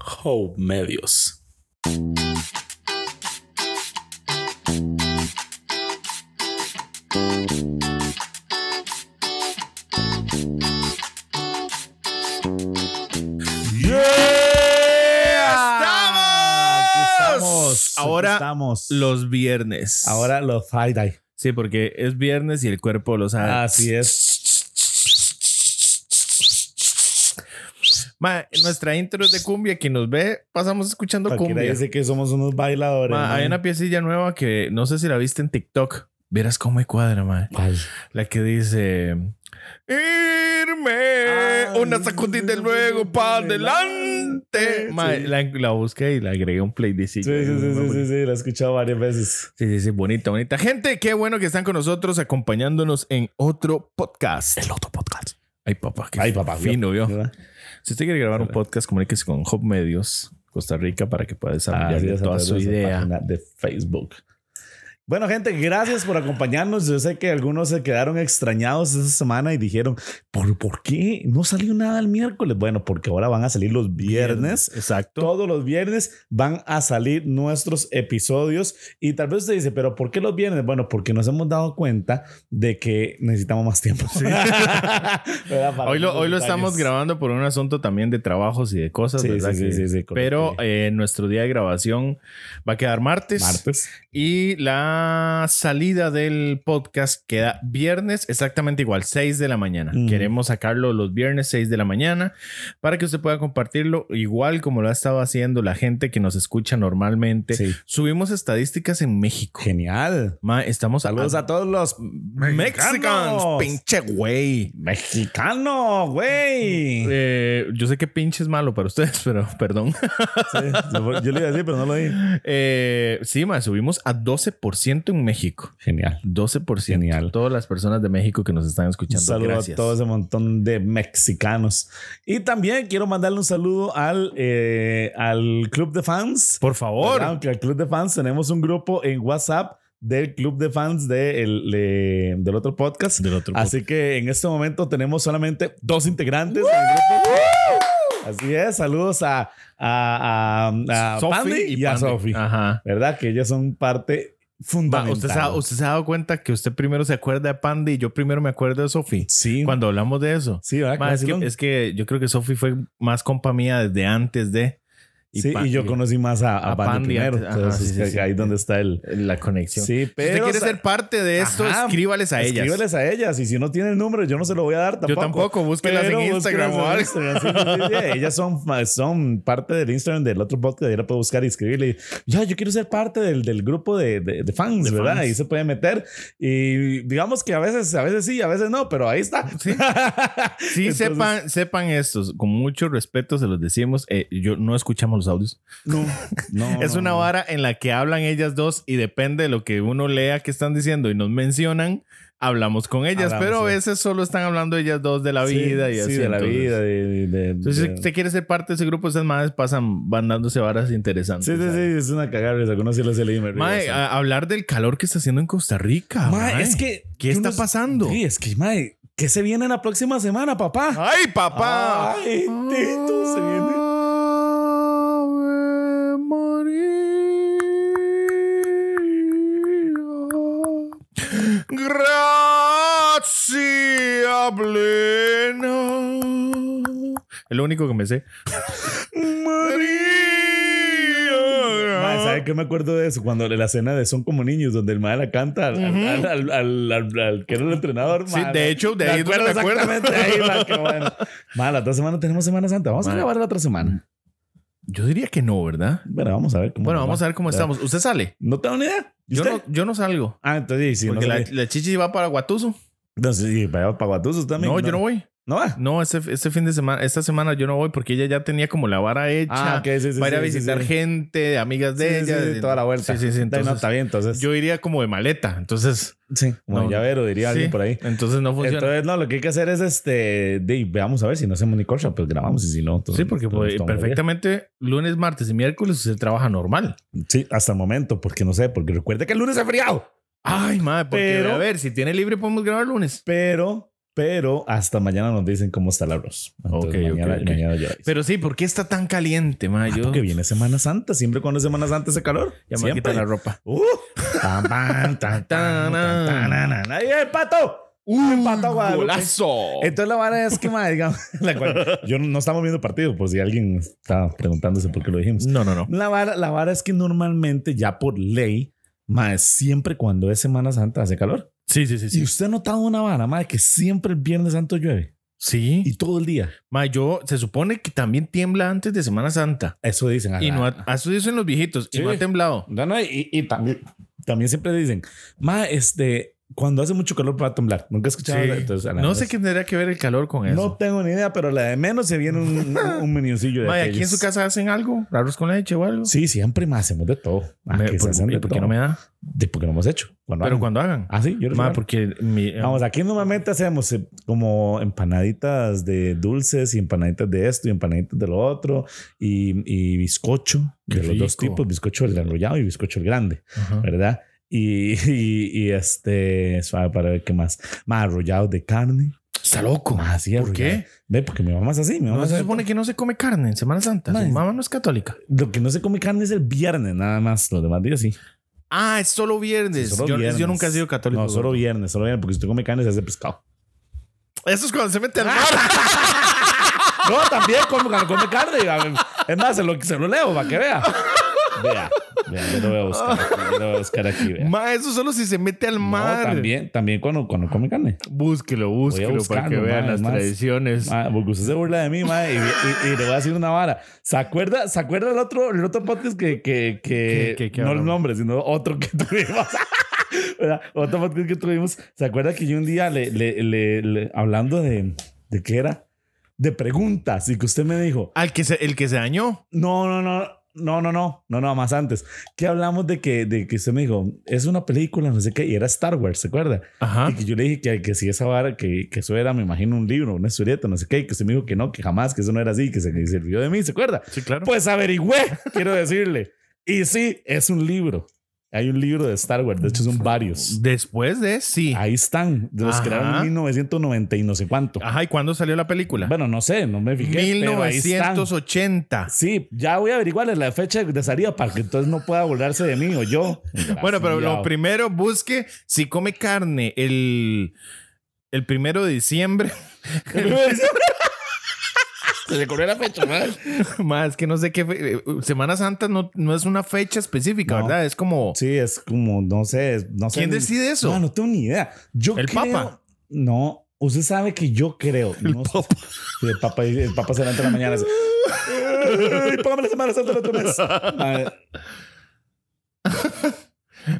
Ho Medios. ¡Estamos! Ahora Ahora estamos. Los viernes. Ahora los tie-dye. Sí, porque es viernes y el cuerpo lo sabe. Así es. Ma, en nuestra intro es de cumbia. Quien nos ve, pasamos escuchando Cualquiera cumbia. dice que somos unos bailadores. Ma, ¿no? hay una piecilla nueva que no sé si la viste en TikTok. Verás cómo me cuadra, ma. ¿Cuál? La que dice... Ah, Irme una sacudida y luego para adelante. Ma, Sí. la, la busqué y la agregué a un playlist. Sí, sí, sí, sí, sí, sí, la he escuchado varias veces. Sí, sí, sí, bonita, bonita. Gente, qué bueno que están con nosotros acompañándonos en otro podcast. El otro podcast. Ay, papá, qué Ay, papá, fino, yo. ¿verdad? Si usted quiere grabar un podcast, comuníquese con Hop Medios Costa Rica para que pueda desarrollar Así es, a toda través su de Ah, esa idea. página De Facebook. Bueno, gente, gracias por acompañarnos. Yo sé que algunos se quedaron extrañados esta semana y dijeron, ¿por, ¿por qué no salió nada el miércoles? Bueno, porque ahora van a salir los viernes. Exacto. Todos los viernes van a salir nuestros episodios y tal vez usted dice, pero ¿por qué los viernes? Bueno, porque nos hemos dado cuenta de que necesitamos más tiempo. ¿Verdad? Para Hoy lo, esos hoy lo detalles. estamos grabando por un asunto también de trabajos y de cosas, Sí, ¿verdad? sí, sí, Que- sí, sí, correcto. Pero eh, nuestro día de grabación va a quedar martes. martes. Y la salida del podcast queda viernes, exactamente igual, 6 de la mañana. Ujú. Queremos sacarlo los viernes 6 de la mañana para que usted pueda compartirlo igual como lo ha estado haciendo la gente que nos escucha normalmente. Sí. Subimos estadísticas en México. Genial. Ma, estamos Saludos a todos Ah. los Mexicans, mexicanos. pinche güey. Mexicano, güey. Eh, yo sé que pinche es malo para ustedes, pero perdón. Sí, Yo le iba a decir, pero no lo dije. Eh, sí, ma, subimos a 12% en México. Genial. 12%. Genial. Todas las personas de México que nos están escuchando. Un saludo Gracias. a todo ese montón de mexicanos. Y también quiero mandarle un saludo al, eh, al club de fans. Por favor. ¿Verdad? Aunque al club de fans tenemos un grupo en WhatsApp del club de fans de el- de- del otro podcast. Del otro Así que en este momento tenemos solamente dos integrantes del grupo. Así es, saludos a, a, a, a Sophie Pandy Ah, y, a Pandy. Sofi. Ajá. ¿Verdad? Que ellas son parte Va, fundamental. usted, se ha, usted se ha dado cuenta que usted primero se acuerda de Pandy y yo primero me acuerdo de Sofi. Sí, Cuando hablamos de eso. sí, ¿verdad? Ma, es, que, Vacilón. es que yo creo que Sofi fue más compa mía desde antes de. sí, Pa- y yo conocí más a, a a Pandy Pandy primero. antes. Ajá, Entonces, sí, sí, es que sí. ahí donde está el. La conexión. Sí, Si usted pero. quiere ser parte de esto, Ajá. escríbales a ellas. Escríbeles a ellas. Y si no tiene el número, yo no se lo voy a dar tampoco. yo tampoco, búsquelas Pero en Instagram o algo. búsquelas en Instagram, sí, sí, sí, sí. Ellas son, son parte del Instagram del otro podcast. Ahí la puedo buscar y escribirle. Ya, yo quiero ser parte del, del grupo de, de- de fans, De ¿verdad? fans. Ahí se puede meter. Y digamos que a veces, a veces sí, a veces no, pero ahí está. Sí. Sí, Entonces- sepan, sepan estos. Con mucho respeto se los decimos. Eh, yo no escuchamos los audios. No, no. Es Oh, no, una no. vara en la que hablan ellas dos y depende de lo que uno lea que están diciendo y nos mencionan, hablamos con ellas, Hablamos, pero a sí. veces solo están hablando ellas dos de la Sí, vida y sí, así. de la entonces. vida. de- de- Entonces, si de- usted quiere ser parte de ese grupo, esas madres pasan, van dándose varas interesantes. Sí, sí, sí, ¿sabes? es una cagada. Algunos sí les leí. me río Mae, bastante. a- hablar del calor que está haciendo en Costa Rica. ah, Mae, Ah, mae. es que. ¿Qué yo está no sé- pasando? Sí, es que, mae, ¿qué se viene la próxima semana, papá? ¡Ay, papá! Ay, Tito, se viene. Ave María. Gracia plena. Es lo único que me sé. Mae, ¿Sabes María. qué me acuerdo de eso? Cuando la escena de Son como niños, donde el mae la canta al, al- al- al- al- al que era el entrenador. Sí, mae, de hecho, de ahí me acuerdo. exactamente ahí, mae, qué bueno. Mae, la otra semana tenemos Semana Santa. Vamos a Mae. grabar la otra semana. Yo diría que no, ¿verdad? Bueno, vamos a ver cómo. Bueno, nos vamos va. a ver cómo estamos. ¿Usted sale? No tengo ni idea. ¿Y Yo usted? no, yo no salgo. Ah, entonces sí, sí. No Porque la, sé. la chichi va para Guatuso. Entonces, sí, para para Guatusos también. No, yo no voy. ¿No va? No, este, este fin de semana, esta semana yo no voy porque ella ya tenía como la vara hecha. Ah, ok, sí, sí, va a ir a sí, sí, visitar sí. gente, amigas de Sí, sí, ella. sí, toda la vuelta. Sí, sí, sí. Entonces, no, Entonces, está bien, entonces. yo iría como de maleta. Entonces, sí, como no, llavero, diría alguien sí, por ahí. Entonces no funciona. Entonces, no, lo que hay que hacer es este. De, veamos a ver si no hacemos ni corcha, pues grabamos y si no. entonces, sí, porque entonces, pues, tomaría. perfectamente lunes, martes y miércoles se trabaja normal. Sí, hasta el momento, porque no sé, porque recuerda que el lunes es feriado. Ay, madre, porque Pero- a ver, si tiene libre podemos grabar lunes. Pero, Pero hasta mañana nos dicen cómo está el arroz. Entonces, Ok, ok, mañana, ok. mañana ya veis. Pero sí, ¿por qué está tan caliente, ma? Yo que viene Semana Santa. Siempre cuando es Semana Santa ese calor. ya me Siempre. quitan la ropa. ¡Uh! ¡Tan, pan, tan, tan, Tarán. tan, tan, tan, tan! ¡Ahí el pato! ¡Un pato Guadalupe! Uh, golazo! Entonces la vara es que, ma, digamos, la cual- yo no- no estamos viendo partido, por si alguien está preguntándose por qué lo dijimos. No, no, no. La vara, la vara es que normalmente, ya por ley, ma, siempre cuando es Semana Santa hace calor. Sí, sí, sí, Y sí. usted ha notado una vara, ma, que siempre el Viernes Santo llueve. Sí. Y todo el día. Ma, yo se supone que también tiembla antes de Semana Santa. Eso dicen. Y ajá. no ha, eso dicen los viejitos. Sí. Y no ha temblado. No, no, y, y también, también siempre dicen, ma, este, cuando hace mucho calor va a temblar. Nunca he escuchado. Sí. entonces, a la No vez- sé qué tendría que ver el calor con No eso. tengo ni idea, pero la de menos se viene un, un menioncillo de Ma, ¿y aquí en aquellos. su casa hacen algo, arroz con leche o algo. Sí, siempre más hacemos de todo. Ah, Me- que se por, hacen de ¿y por qué todo. no me da? De porque no hemos hecho. Cuando Pero hagan. cuando hagan. Ah, sí, yo les Ma, regalo. porque mi- eh, Vamos, aquí normalmente hacemos eh, como empanaditas de dulces y empanaditas de esto y empanaditas de lo otro y, y bizcocho Qué de los dos rico. tipos, bizcocho el enrollado y bizcocho el grande, Ajá. ¿verdad? Y, y, y este, suave para ver qué más, más arrollados de carne. Está loco. Más así ¿Por arrollado. qué? Ve, porque mi mamá es así, mi mamá No, es se así. supone que no se come carne en Semana Santa. Ma, Su es- mamá no es católica. Lo que no se come carne es el viernes, nada más. Los demás días sí. Ah, es solo viernes. Sí, solo yo, yo viernes. nunca he sido católico. No, solo gordo. viernes, solo viernes, porque si tú comes carne se hace pescado. Eso es cuando se mete al mar. No, también como cuando come carne. digamos. Es más, se lo, se lo leo para que vea. Vea, vea, yo lo voy a buscar aquí, yo lo voy a buscar aquí, vea. Ma, eso solo si se mete al No, mar. también, también cuando, cuando come carne. Búsquelo, búsquelo para buscarlo, que vean ma, las más. tradiciones. Ma, porque usted se burla de mí, ma, y, y- y le voy a decir una vara. ¿Se acuerda, ¿se acuerda el, otro, el otro podcast que... que, que ¿Qué- qué- qué no el hablamos? nombre, sino otro que tuvimos. ¿Verdad? otro podcast que tuvimos. ¿Se acuerda que yo un día le, le- le- le- hablando de... ¿De qué era? De preguntas y que usted me dijo, Al que se, el que se dañó. no, no, no. No, no, no, no, no, más antes. Que hablamos de que, de que usted me dijo, es una película, no sé qué, y era Star Wars, ¿se acuerda? Ajá. Y que yo le dije que, que si esa vara, que, que eso era, me imagino, un libro, una historieta, no sé qué, y que usted me dijo que no, que jamás, que eso no era así, que se que sirvió de mí, ¿se acuerda? Sí, claro. Pues averigüé, quiero decirle. Y sí, es un libro. Hay un libro de Star Wars, de hecho son varios. Después de sí. Ahí están, de los que crearon Ajá. en Ah. 1990 y no sé cuánto. Ajá, ¿y cuándo salió la película? Bueno, no sé, no me fijé. pero ahí están. 1980. Sí, ya voy a averiguarles la fecha de salida para que entonces no pueda burlarse de mí o yo. Bueno, pero lo Desgraciado. primero busque si come carne el, el primero de diciembre. Se le corrió la fecha, ¿verdad? Más que no sé qué. fe- eh, Semana Santa no, no es una fecha específica, No. ¿verdad? Es como. Sí, es como, no sé, es- no sé. ¿Quién decide eso? No, no tengo ni idea. Yo ¿El creo- Papa? No, usted sabe que yo creo. El Papa. El Papa, el Papa se levanta en la mañana. y dice, "Ay, Póngame la semana santa el otro mes. Ah,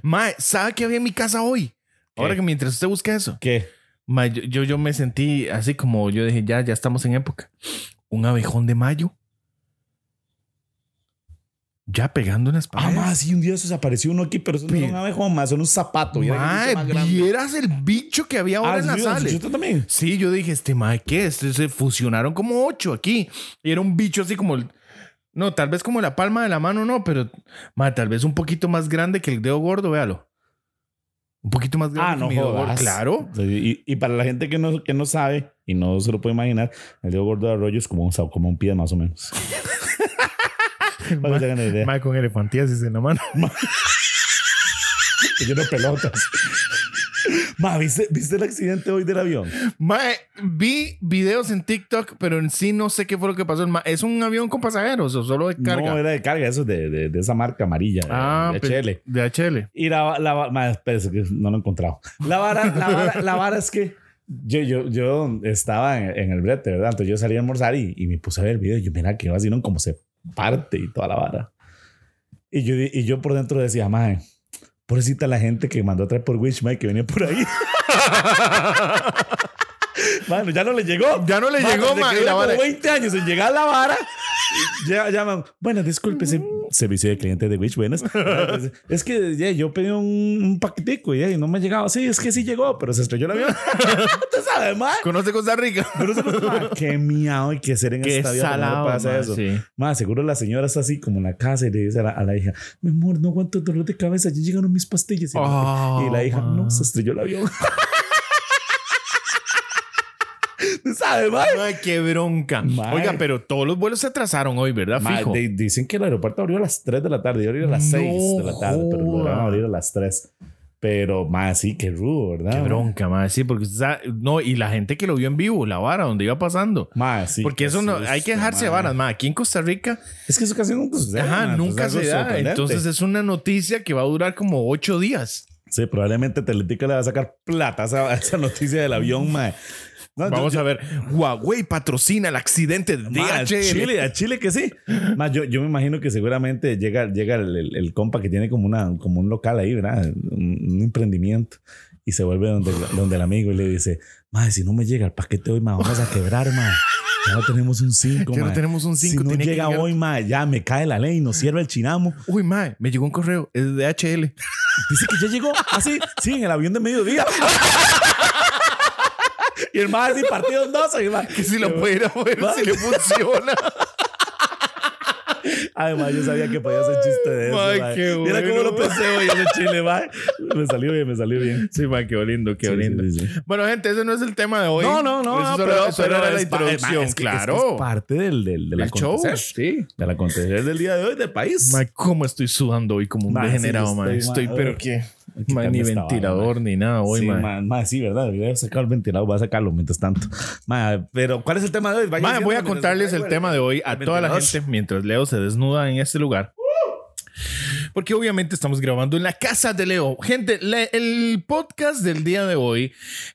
Mae, ¿sabe qué había en mi casa hoy? ¿Qué? Ahora que mientras usted busca eso. ¿Qué? Mae, yo, yo, yo me sentí así como yo dije, ya, ya estamos en época. Un abejón de mayo. Ya pegando en las Ah, paredes. ma, sí, un día eso se apareció uno aquí, pero eso no era Pi- un abejón, más son un zapato. y era Mae, mucho más grande. vieras el bicho que había ahora Ah, en la sí, sala. ¿usted también? Sí, yo dije, este mae, ¿qué? Este, se fusionaron como ocho aquí. Y era un bicho así como. el- No, tal vez como la palma de la mano, no, pero mae, tal vez un poquito más grande que el dedo gordo, véalo. Un poquito más grande Ah, que no mi dedo gordo. jodas. Claro. Sí, Y, y para la gente que no, que no sabe y no se lo puede imaginar, el dedo gordo de arroyo es como un, sa- como un pie más o menos. Para que se hagan la idea. Mae con elefantiasis en la mano. que lleno de pelotas. Ma, ¿viste, ¿viste el accidente hoy del avión? Mae, vi videos en TikTok, pero en sí no sé qué fue lo que pasó. Mae, ¿Es un avión con pasajeros o solo de carga? No, era de carga, eso es de, de, de esa marca amarilla, de- ah, de pues, HL. De HL. Y la, la, ma, espérese, que no lo he encontrado. La vara, la vara, la vara es que yo, yo, yo estaba en, en el brete, ¿verdad? Entonces yo salí a almorzar y, y me puse a ver el video. Y yo, mira, que vacilón como se parte y toda la vara. Y yo, di- y yo por dentro decía, madre, pobrecita la gente que mandó a traer por Wish, mae, que venía por ahí. Bueno, ya no le llegó. Ya no le Mae, llegó, desde mae, que y la dura vara- como 20 años en llegar a la vara. Ya, llaman. Bueno, disculpe, se- servicio de cliente de Wish, buenas. Es que ya, yo pedí un, un paquetico ya, y no me llegaba. Sí, es que sí llegó, pero se estrelló el avión. ¿Te sabes, mae? ¿Conoce Costa Rica? Pero eso no- mae, qué miau hay que ser en Qué esta vida. cuando salado. no pasa mae, eso. sí. Mae, seguro la señora está así como en la casa y le dice a la, a la hija, mi amor, no aguanto dolor de cabeza, ya llegaron mis pastillas. Y, la- Oh, y la hija, mae. no, se estrelló el avión. ¿Sabe, mae? Ay, qué bronca. Mae. Oiga, pero todos los vuelos se atrasaron hoy, ¿verdad? Mae, Fijo. di- dicen que el aeropuerto abrió a las 3 de la tarde. Iba a abrir a las No 6 de la tarde, pero joda. lograron abrir a las 3. Pero, más sí, qué rudo, ¿verdad? Qué mae? bronca, mae. Sí, porque usted sabe- no, y la gente que lo vio en vivo, la vara, donde iba pasando. Mae, sí, porque qué eso no, hay susto, que dejarse de mae. varas, mae. Aquí en Costa Rica, Es que eso casi nunca sucede. ajá, mae, nunca entonces se algo da. sorprendente. Entonces es una noticia que va a durar como ocho días. Sí, probablemente Teletica le va a sacar plata a esa, a esa noticia del avión, mae. No, yo- Vamos a ver. Huawei patrocina el accidente de Ma, a DHL. Chile, a Chile que sí. Ma, yo, yo me imagino que seguramente llega, llega el, el- el compa que tiene como, una, como un local ahí, ¿verdad? Un, un emprendimiento. Y se vuelve donde, donde el amigo y le dice, madre, si no me llega el paquete hoy, ma, vamos a quebrar, ma. Ya no tenemos un 5, Ya no tenemos un Si cinco, no tiene que llega llegar- hoy, ma, ya me cae la ley, nos sirve el chinamo. Uy, mae, me llegó un correo. Es de DHL. Dice que ya llegó. Así, sí, en el avión de mediodía. y el madre, sí, partido en dos. y el ma, Que si lo puede ir a ver, Mae. si le funciona. Además, yo sabía que podía hacer chiste de eso. Ay, mae. qué Mira cómo bueno, lo pensé hoy en el chile, mae. Me salió bien, me salió bien. Sí, mae, qué lindo, qué Sí, lindo. sí, sí, sí. Bueno, gente, ese no es el tema de hoy. No, no, no, pues Eso no, solo- pero, eso era eh, pero la es pa- introducción, es que- es que claro. Es, parte del, del, del El show. acontecer. Sí. Del acontecer del día de hoy del país. Mae, cómo estoy sudando hoy como un Mae, sí, degenerado, yo mae. estoy, Estoy, mae, pero hoy. qué. qué Mae, ni tarde estaba, ventilador ni nada hoy, sí, mae. mae, mae, sí, verdad. Debería sacar el ventilador, voy a sacarlo mientras tanto. Mae, pero, ¿cuál es el tema de hoy? Vaya Mae, diciendo voy a mientras- contarles el tema de hoy a toda la 22. gente mientras Leo se desnuda en este lugar. Porque obviamente estamos grabando en la casa de Leo. Gente, la- el podcast del día de hoy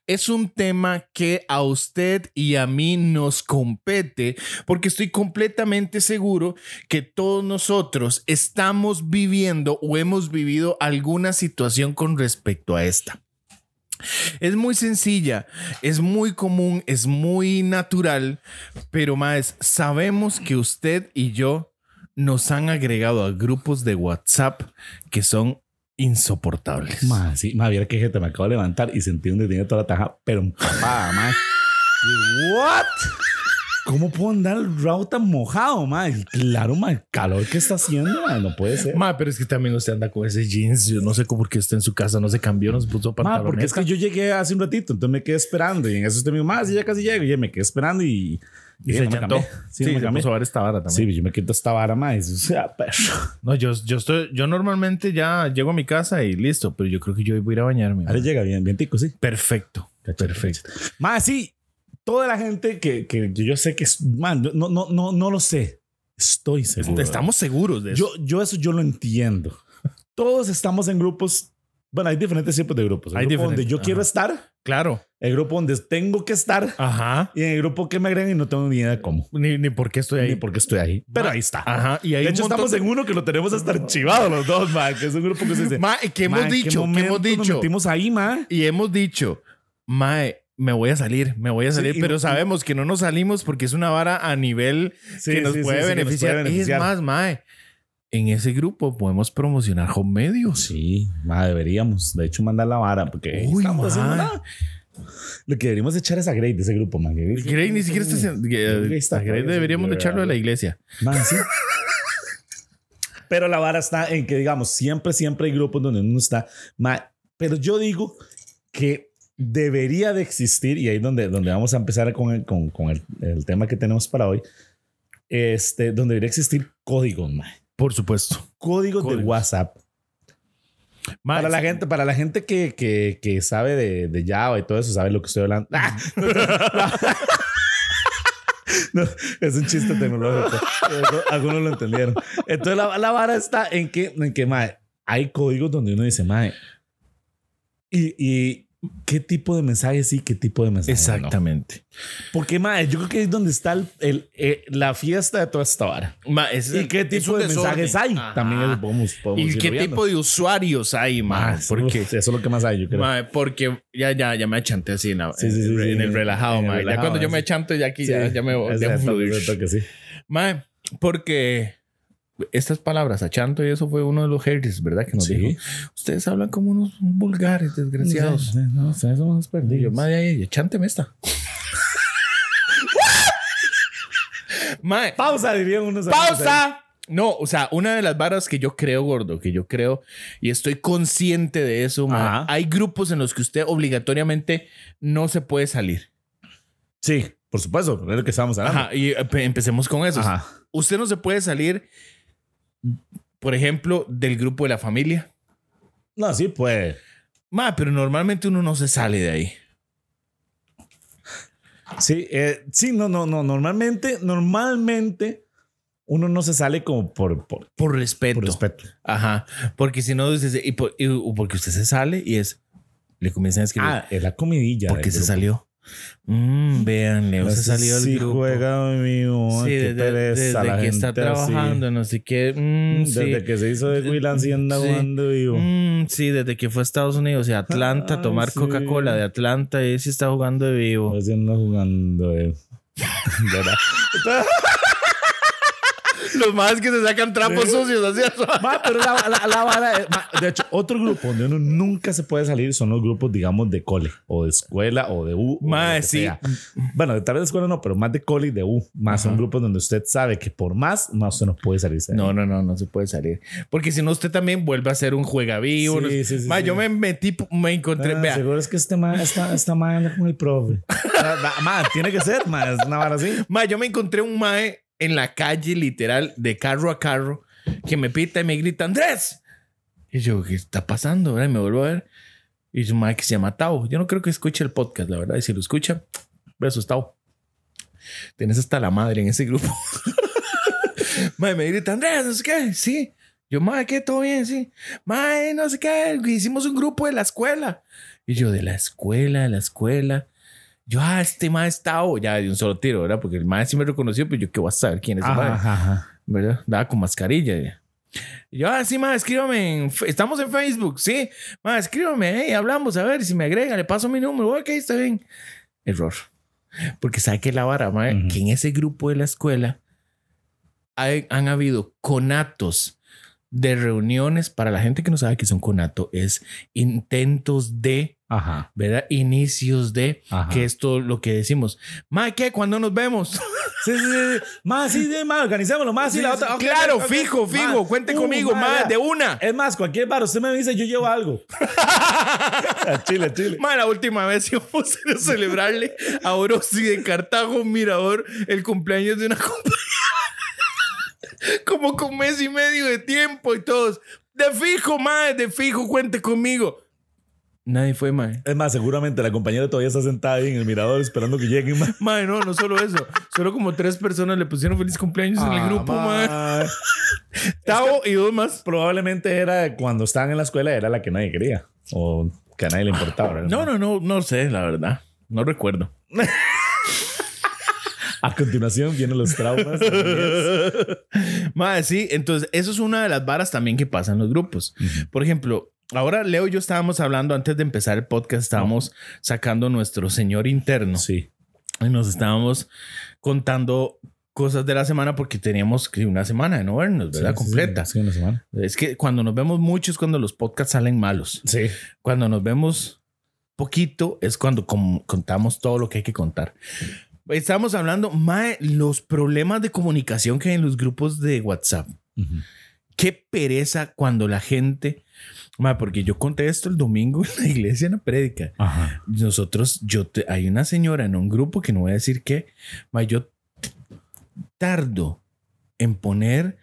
es un tema que a usted y a mí nos compete porque estoy completamente seguro que todos nosotros estamos viviendo o hemos vivido alguna situación con respecto a esta. Es muy sencilla, es muy común, es muy natural, pero más, sabemos que usted y yo nos han agregado a grupos de WhatsApp que son insoportables. Mae, sí, mae, viera que gente me acabo de levantar y sentí un tiene toda la taja, pero empapada, mae. Y, ¿What? ¿Cómo puedo andar el rabo tan mojado, mae? Claro, mae, el calor que está haciendo, mae, no puede ser. Ma, pero es que también usted anda con ese jeans. Yo no sé cómo porque está en su casa, no se cambió, no se puso Ma, pantalón. porque es que yo llegué hace un ratito, entonces me quedé esperando y en eso usted me dijo, ma, sí, ya casi llego, y ya me quedé esperando y... Y y se no me llantó. cambié. Sí, Sí, no me se cambié. puso a ver esta vara también. Sí, yo me quito esta vara, ma, y eso, o sea, perro. No, yo, yo, estoy, yo normalmente ya llego a mi casa y listo, pero yo creo que yo hoy voy a ir a bañarme. Ahora llega bien, bien tico, sí. Perfecto. Perfecto. Más sí, toda la gente que, que que yo sé que es, man, yo no, no, no, no lo sé. Estoy seguro. Estamos seguros de eso. Yo, yo eso yo lo entiendo. Todos estamos en grupos. Bueno, hay diferentes tipos de grupos. El Hay grupo donde diferentes, yo ajá. quiero estar, claro. el grupo donde tengo que estar Ajá. y el grupo que me agregan y no tengo ni idea de cómo. Ni, ni por qué estoy ahí. Ni por qué estoy ahí. Pero Ma- ahí está. Ajá. Y hay De un hecho, montón estamos de- en uno que lo tenemos hasta archivado los dos, man, que es un grupo que se dice. Ma, ¿qué hemos "Ma, ¿en qué dicho? ¿Qué hemos momento nos dicho? metimos ahí, man. Y hemos dicho, Mae, me voy a salir, me voy a salir, y- pero sabemos que no nos salimos porque es una vara a nivel que, nos puede beneficiar. Es más, Mae, en ese grupo podemos promocionar home medios. pues Sí, ma, deberíamos. De hecho, mandar la vara porque Uy, estamos ma. haciendo nada. Lo que deberíamos echar es a Grey de ese grupo, man. Grey, Grey ni siquiera está... haciendo- Grey está- a Grey deberíamos de echarlo de la iglesia. Man, sí. Pero la vara está en que, digamos, siempre, siempre hay grupos donde uno está. ma, pero yo digo que debería de existir, y ahí es donde, donde vamos a empezar con, el, con, con el, el tema que tenemos para hoy, este, donde debería existir códigos, man. Por supuesto. Códigos, de Códigos. WhatsApp. Mae, Para la gente, para la gente que, que, que sabe de, de Java y todo eso, sabe lo que estoy hablando. ¡Ah! No, es un chiste tecnológico. Algunos lo entendieron. Entonces la, la vara está en que, en que mae, hay códigos donde uno dice, mae, y, y qué tipo de mensaje sí, qué tipo de mensaje no. Exactamente. Porque, mae, yo creo que es donde está el, el- eh, la fiesta de toda esta vara. Mae, es- ¿Y qué es tipo un de mensajes hay? desorden. Ajá. También eso podemos, podemos ¿Y irlo qué viendo. tipo de usuarios hay, Mae? Ah, Porque... Eso es lo que más hay, yo creo. Mae, porque ya, ya, ya me achanté así en, la- Sí, sí, sí, en- sí, en sí. el relajado, En el mae. ya relajado, cuando yo sí. me achanto, ya aquí ya, Sí. ya me voy. Es- dejo es- fluir. es- es- que sí. Mae, porque estas palabras, achanto, y eso fue uno de los haters, ¿verdad? Que nos Sí. dijo. Ustedes hablan como unos vulgares, desgraciados. Sí, No, o sea, eso vamos Y yo, perdidos. madre, ay, achánteme esta. mae, Pausa, dirían unos. pausa. No, o sea, una de las varas que yo creo, gordo, que yo creo y estoy consciente de eso, mae, Ajá. hay grupos en los que usted obligatoriamente no se puede salir. Sí, por supuesto, es lo que estábamos hablando. Ajá, y eh, pe- empecemos con eso. Ajá. Usted no se puede salir, por ejemplo, del grupo de la familia. No, sí, pues. Ma, pero normalmente uno no se sale de ahí. Sí, eh, sí, no, no, no. Normalmente, normalmente uno no se sale como por, por, Por respeto. por respeto. Ajá. Porque si no, dices, y, por- y- porque usted se sale y es. Le comienzan a escribir. Ah, es la comidilla. porque del se grupo. salió. Mmm, véanle, No usted sé salió del si grupo. juega mío. Sí, qué desde, pereza, desde la que está gente trabajando, así. no sé qué. mm, sí. Desde que se hizo de De- Willan, sí anda sí. jugando vivo. Mm, sí, desde que fue a Estados Unidos y a Atlanta a Ah, tomar sí. Coca-Cola de Atlanta, y sí está jugando de vivo. Así anda jugando eh. vivo. ¿Verdad? Pues Los más que se sacan trapos sucios, así Ma, pero la, la- la vara es- ma, de hecho, otro grupo donde uno nunca se puede salir son los grupos, digamos, de cole o de escuela o de U. o Ma, de lo que sí. sea. Bueno, tal vez de escuela no, pero más de cole y de U. Más son Ajá. grupos donde usted sabe que por más, más usted no puede salirse. No, no, no, no se puede salir. Porque si no, usted también vuelve a ser un juega vivo. Sí, no- sí, sí, Ma, sí. Yo me metí, me encontré. Ah, vea, seguro es que este ma está, está ma anda con el profe. Ma, ma, ma, tiene que ser, ma, es una vara así. Ma, yo me encontré un mae en la calle, literal, de carro a carro, que me pita y me grita, Andrés. Y yo, ¿qué está pasando? ¿verdad? Y me vuelvo a ver. Y es un mae que se llama Tao. Yo no creo que escuche el podcast, la verdad. Y si lo escucha, besos, Tao. Tienes hasta la madre en ese grupo. mae, me grita, Andrés, no sé qué. Sí. Yo, mae, ¿qué? ¿Todo bien? Sí. Mae, no sé qué. Hicimos un grupo de la escuela. Y yo, de la escuela, de la escuela. Yo, ah, este mae es Tao. Ya de un solo tiro, ¿verdad? Porque el mae sí me reconoció, pero yo, ¿qué voy a saber quién es el mae? Ajá, ajá, ajá. ¿verdad? Daba con mascarilla. ya. Y Yo, ah, sí, ma, escríbame. en Fe- Estamos en Facebook, sí. Ma, escríbame, hey, hablamos, a ver si me agrega, le paso mi número. Ok, está bien. Error. Porque sabe que la vara, ma, Ujú. que en ese grupo de la escuela hay- han habido conatos de reuniones para la gente que no sabe que son conato, es intentos de, Ajá, ¿verdad? Inicios de, ajá. que es todo lo que decimos. Ma, ¿qué? ¿Cuándo nos vemos? Sí, sí, sí. Más, sí, sí, más, organizémoslo. Ah, Más, sí, la otra. ok, claro, ok, ok. fijo, fijo. Ma, Cuente uh, conmigo, ma, ma, ya. de una. Es más, cualquier bar, usted me dice, yo llevo algo. A Chile, a Chile. Ma, la última vez íbamos a celebrarle a Orosi de Cartago Mirador el cumpleaños de una compañera. Como con mes y medio de tiempo y todos. De fijo, madre, de fijo, cuente conmigo. Nadie fue, madre. Es más, seguramente la compañera todavía está sentada ahí en el mirador esperando que lleguen. ma. Madre, no, no solo eso. Solo como tres personas le pusieron feliz cumpleaños en el grupo, Ah, madre. ma. Tavo y dos más. Probablemente era cuando estaban en la escuela, era la que nadie quería o que a nadie le importaba. ¿verdad? No, no, no, no sé, la verdad. No recuerdo. A continuación vienen los traumas. Madre, sí, entonces eso es una de las varas también que pasa en los grupos. Por ejemplo, ahora Leo y yo estábamos hablando antes de empezar el podcast, estábamos sacando nuestro señor interno sí. y nos estábamos contando cosas de la semana porque teníamos que una semana de no vernos, ¿verdad? Sí, sí, Completa. Sí, una semana. Es que cuando nos vemos mucho es cuando los podcasts salen malos. Sí. Cuando nos vemos poquito es cuando com- contamos todo lo que hay que contar. Estábamos hablando, mae, los problemas de comunicación que hay en los grupos de WhatsApp. Qué pereza cuando la gente. Ma, porque yo conté esto el domingo en la iglesia en la prédica. Ajá. Nosotros, yo te- hay una señora en un grupo que no voy a decir qué, ma, yo t- tardo en poner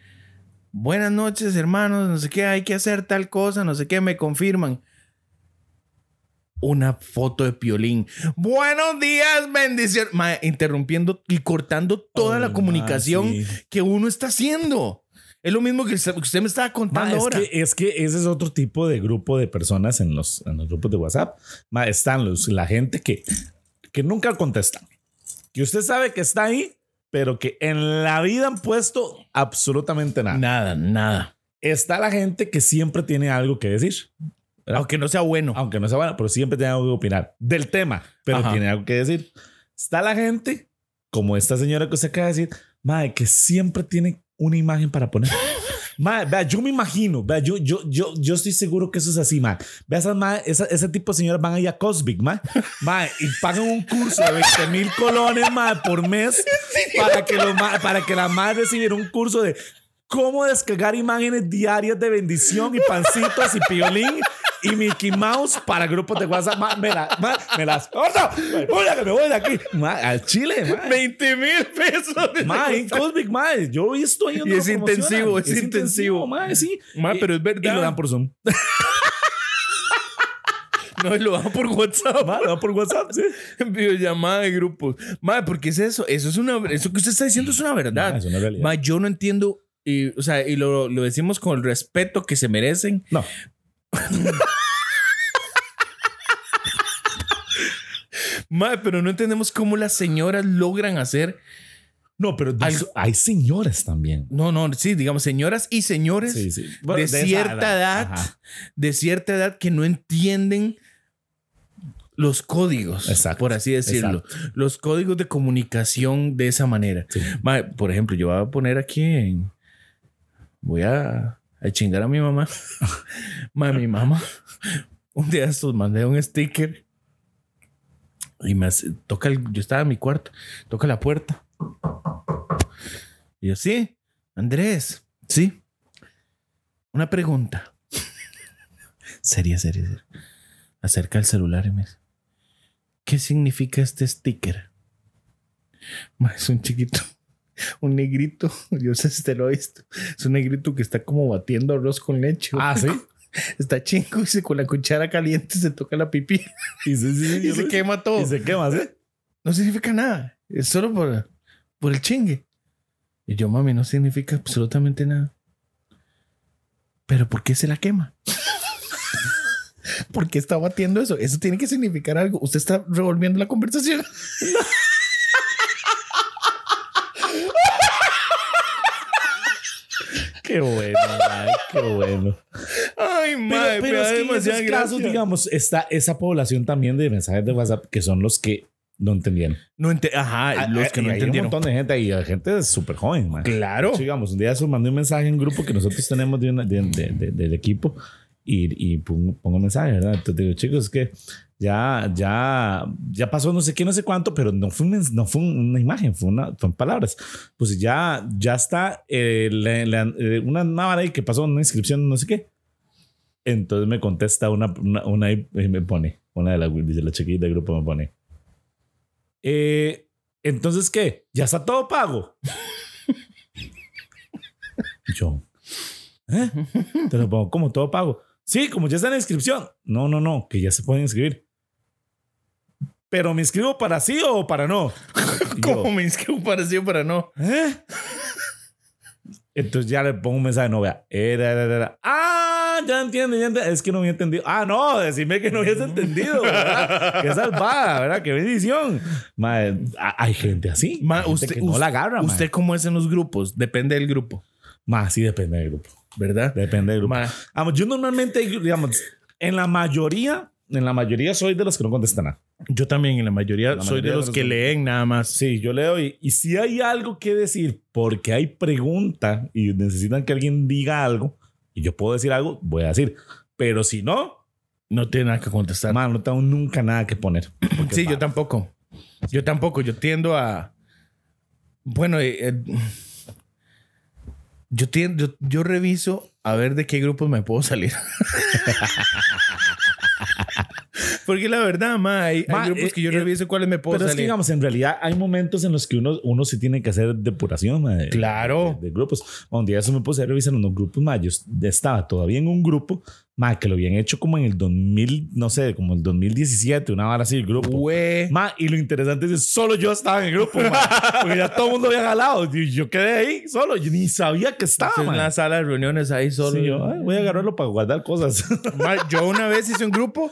buenas noches, hermanos, no sé qué, hay que hacer tal cosa, no sé qué, me confirman. Una foto de piolín. Buenos días, bendición. Ma, interrumpiendo y cortando toda Ay, la ma, comunicación sí. que uno está haciendo. Es lo mismo que usted usted me estaba Ma, contando Ah, es, ahora. que, es que ese es otro tipo de grupo de personas en los, en los grupos de WhatsApp. Ma, están los, la gente que, que nunca contesta. Que usted sabe que está ahí, pero que en la vida han puesto absolutamente nada. Nada, nada. Está la gente que siempre tiene algo que decir. Aunque no sea bueno. Aunque no sea bueno, pero siempre tiene algo que opinar del tema, pero Ajá. tiene algo que decir. Está la gente, como esta señora que usted acaba de decir, madre, que siempre tiene una imagen para poner. Madre, vea, yo me imagino, vea, yo, yo, yo, yo estoy seguro que eso es así, madre. Vea, esas, madre, esa- ese tipo de señoras van ahí a Cosmic, madre, madre, y pagan un curso de 20 mil colones, madre, por mes para que, los ma- para que la madre recibiera un curso de cómo descargar imágenes diarias de bendición y pancitos y piolín y Mickey Mouse para grupos de WhatsApp. Ma, me, la- ma, me las. ¡Otra! ¡Oye, que me voy de aquí! Ma, al Chile, ma. 20 mil pesos. de- Ah, Ma, en Cosmic, ma, yo he visto ahí donde Y es lo promocionan. intensivo, es intensivo. ma, sí. Ma, Y- pero es Y lo dan verdad. por Zoom. no, y lo dan por WhatsApp. Ma, lo dan por WhatsApp, sí. Videollamada de grupos. Madre, ¿por qué es eso? Eso es una. Eso que usted está diciendo es una verdad. Ma, Ah, es una realidad. Ma, yo no entiendo. Y, o sea, y lo, lo decimos con el respeto que se merecen. No. Madre, pero no entendemos cómo las señoras logran hacer. No, pero de- Algo- hay señoras también. No, no, sí, digamos, señoras y señores Sí, sí. de, Bueno, esa cierta edad, Ajá. de cierta edad que no entienden los códigos, Exacto, por así decirlo, los códigos de comunicación de esa manera. Sí. Ma, por ejemplo, yo voy a poner aquí en. Voy a, a chingar a mi mamá. ma, mi mamá. Un día de estos mandé un sticker. Y me hace- toca el- Yo estaba en mi cuarto. Toca la puerta. Y yo, sí, Andrés. Sí. Una pregunta. seria, seria, seria. Acerca el celular y me dice, ¿qué significa este sticker? Ma, es un chiquito un negrito, yo sé si te lo he visto, es un negrito que está como batiendo arroz con leche. Ah, sí. Está chingo y se, con la cuchara caliente se toca la pipí Y, sí, sí, sí, y yo se lo- quema todo. y se quema, sí. No significa nada, es solo por, por el chingue. Y yo, mami, no significa absolutamente nada. Pero ¿por qué se la quema? ¿Por qué está batiendo eso? Eso tiene que significar algo. Usted está revolviendo la conversación. Qué bueno, madre, qué bueno. Ay, Pero, madre, pero me da es que en demasiada esos casos, gracia. digamos, está esa población también de mensajes de WhatsApp que son los que no entendieron. No ente- Ajá, los que Ah, eh, Y no hay entendieron. Un montón de gente ahí, hay gente súper joven, man. Claro. Sí, digamos, un día se mandé un mensaje en un grupo que nosotros tenemos de una- de- de- de- del equipo y, y pongo, pongo un mensaje, ¿verdad? Entonces digo, chicos, es que ya, ya, ya pasó no sé qué, no sé cuánto, pero no fue, un mens- no fue un- una imagen, fue una, fueron palabras. Pues ya, ya está eh, la- la- eh, una navara ahí que pasó una inscripción, no sé qué. Entonces me contesta una, una, una y me pone, una de las dice la chiquita del grupo me pone. "Eh, Entonces, ¿qué? ¿Ya está todo pago? Yo. ¿Eh? Te lo pongo como todo pago. Sí, como ya está en la inscripción. No, no, no, que ya se pueden inscribir. Pero me inscribo para sí o para no. Y yo, ¿Cómo me inscribo para sí o para no? ¿Eh? Entonces ya le pongo un mensaje, Eh, no vea. Era, era, era. Ah, ya entiendo, ya entiendo. Es que no había entendido. Ah, no, decime que no hubiese entendido. ¿verdad? Qué salvada, ¿verdad? Qué bendición. Madre, a- hay gente así. Ma, Hay gente usted- que no us- la agarra. ¿Usted cómo es en los grupos? Depende del grupo, Más, sí, depende del grupo. ¿verdad? Depende del grupo. Ma, Vamos, yo normalmente, digamos, en la mayoría, en la mayoría soy de los que no contestan nada. yo también, en la mayoría, La soy mayoría de de los los que grupos. leen nada más. Sí, yo leo y, y si hay algo que decir porque hay pregunta y necesitan que alguien diga algo y yo puedo decir algo, voy a decir. Pero si no, No tiene nada que contestar. man, no tengo nunca nada que poner. Porque, sí, yo man, tampoco. Yo tampoco. Yo tiendo a. Bueno, eh, eh, yo, tiendo, yo, yo reviso a ver de qué grupos me puedo salir. Porque la verdad, ma, hay, hay Ma, grupos eh, que yo eh, reviso cuáles me puedo Pero es salir. que, digamos, en realidad hay momentos en los que uno, uno sí tiene que hacer depuración man, de- Claro. de, de grupos. Un día eso me puse a revisar unos grupos más. Yo estaba todavía en un grupo más que lo habían hecho como en el 2000, no sé, como el 2017, una vara así, el grupo. Güey. Ma, y lo interesante es que solo yo estaba en el grupo, ma, porque ya todo el mundo había jalado. Y yo quedé ahí solo, yo ni sabía que estaba. Estoy en ma. la sala de reuniones ahí solo. Sí, yo, "Ay, voy a agarrarlo para guardar cosas. Ma, yo una vez hice un grupo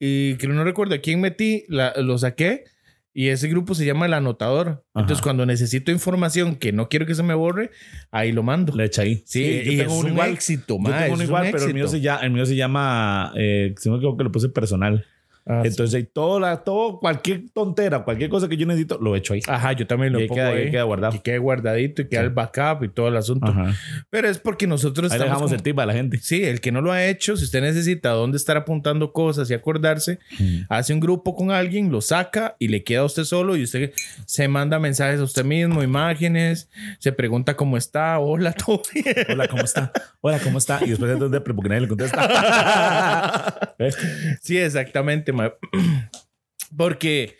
y que no recuerdo a quién metí, la- lo saqué y ese grupo se llama El Anotador. Ajá. Entonces, cuando necesito información que no quiero que se me borre, ahí lo mando. Le echa ahí. Sí, yo y tengo es uno un igual. éxito, Yo ma, tengo es uno un igual, pero el éxito. mío se llama, el mío se llama eh, si no me equivoco, le puse personal. Ah, sí. Entonces, todo, la, todo, cualquier tontera, cualquier cosa que yo necesito, lo echo ahí. Ajá, yo también Ah, lo y ahí pongo queda, ahí ahí. queda guardado. Que quede guardadito y queda Sí. el backup y todo el asunto. Ajá. Pero es porque nosotros Ahí le estamos dejamos como- el tip a la gente. Sí, el que no lo ha hecho, si usted necesita dónde estar apuntando cosas y acordarse, hace un grupo con alguien, lo saca y le queda a usted solo y usted se manda mensajes a usted mismo, imágenes, se pregunta cómo está, hola, todo bien. Hola, ¿cómo está? Hola, ¿cómo está? Y después entonces porque nadie le contesta. ¿Eh? Sí, exactamente, ma. Porque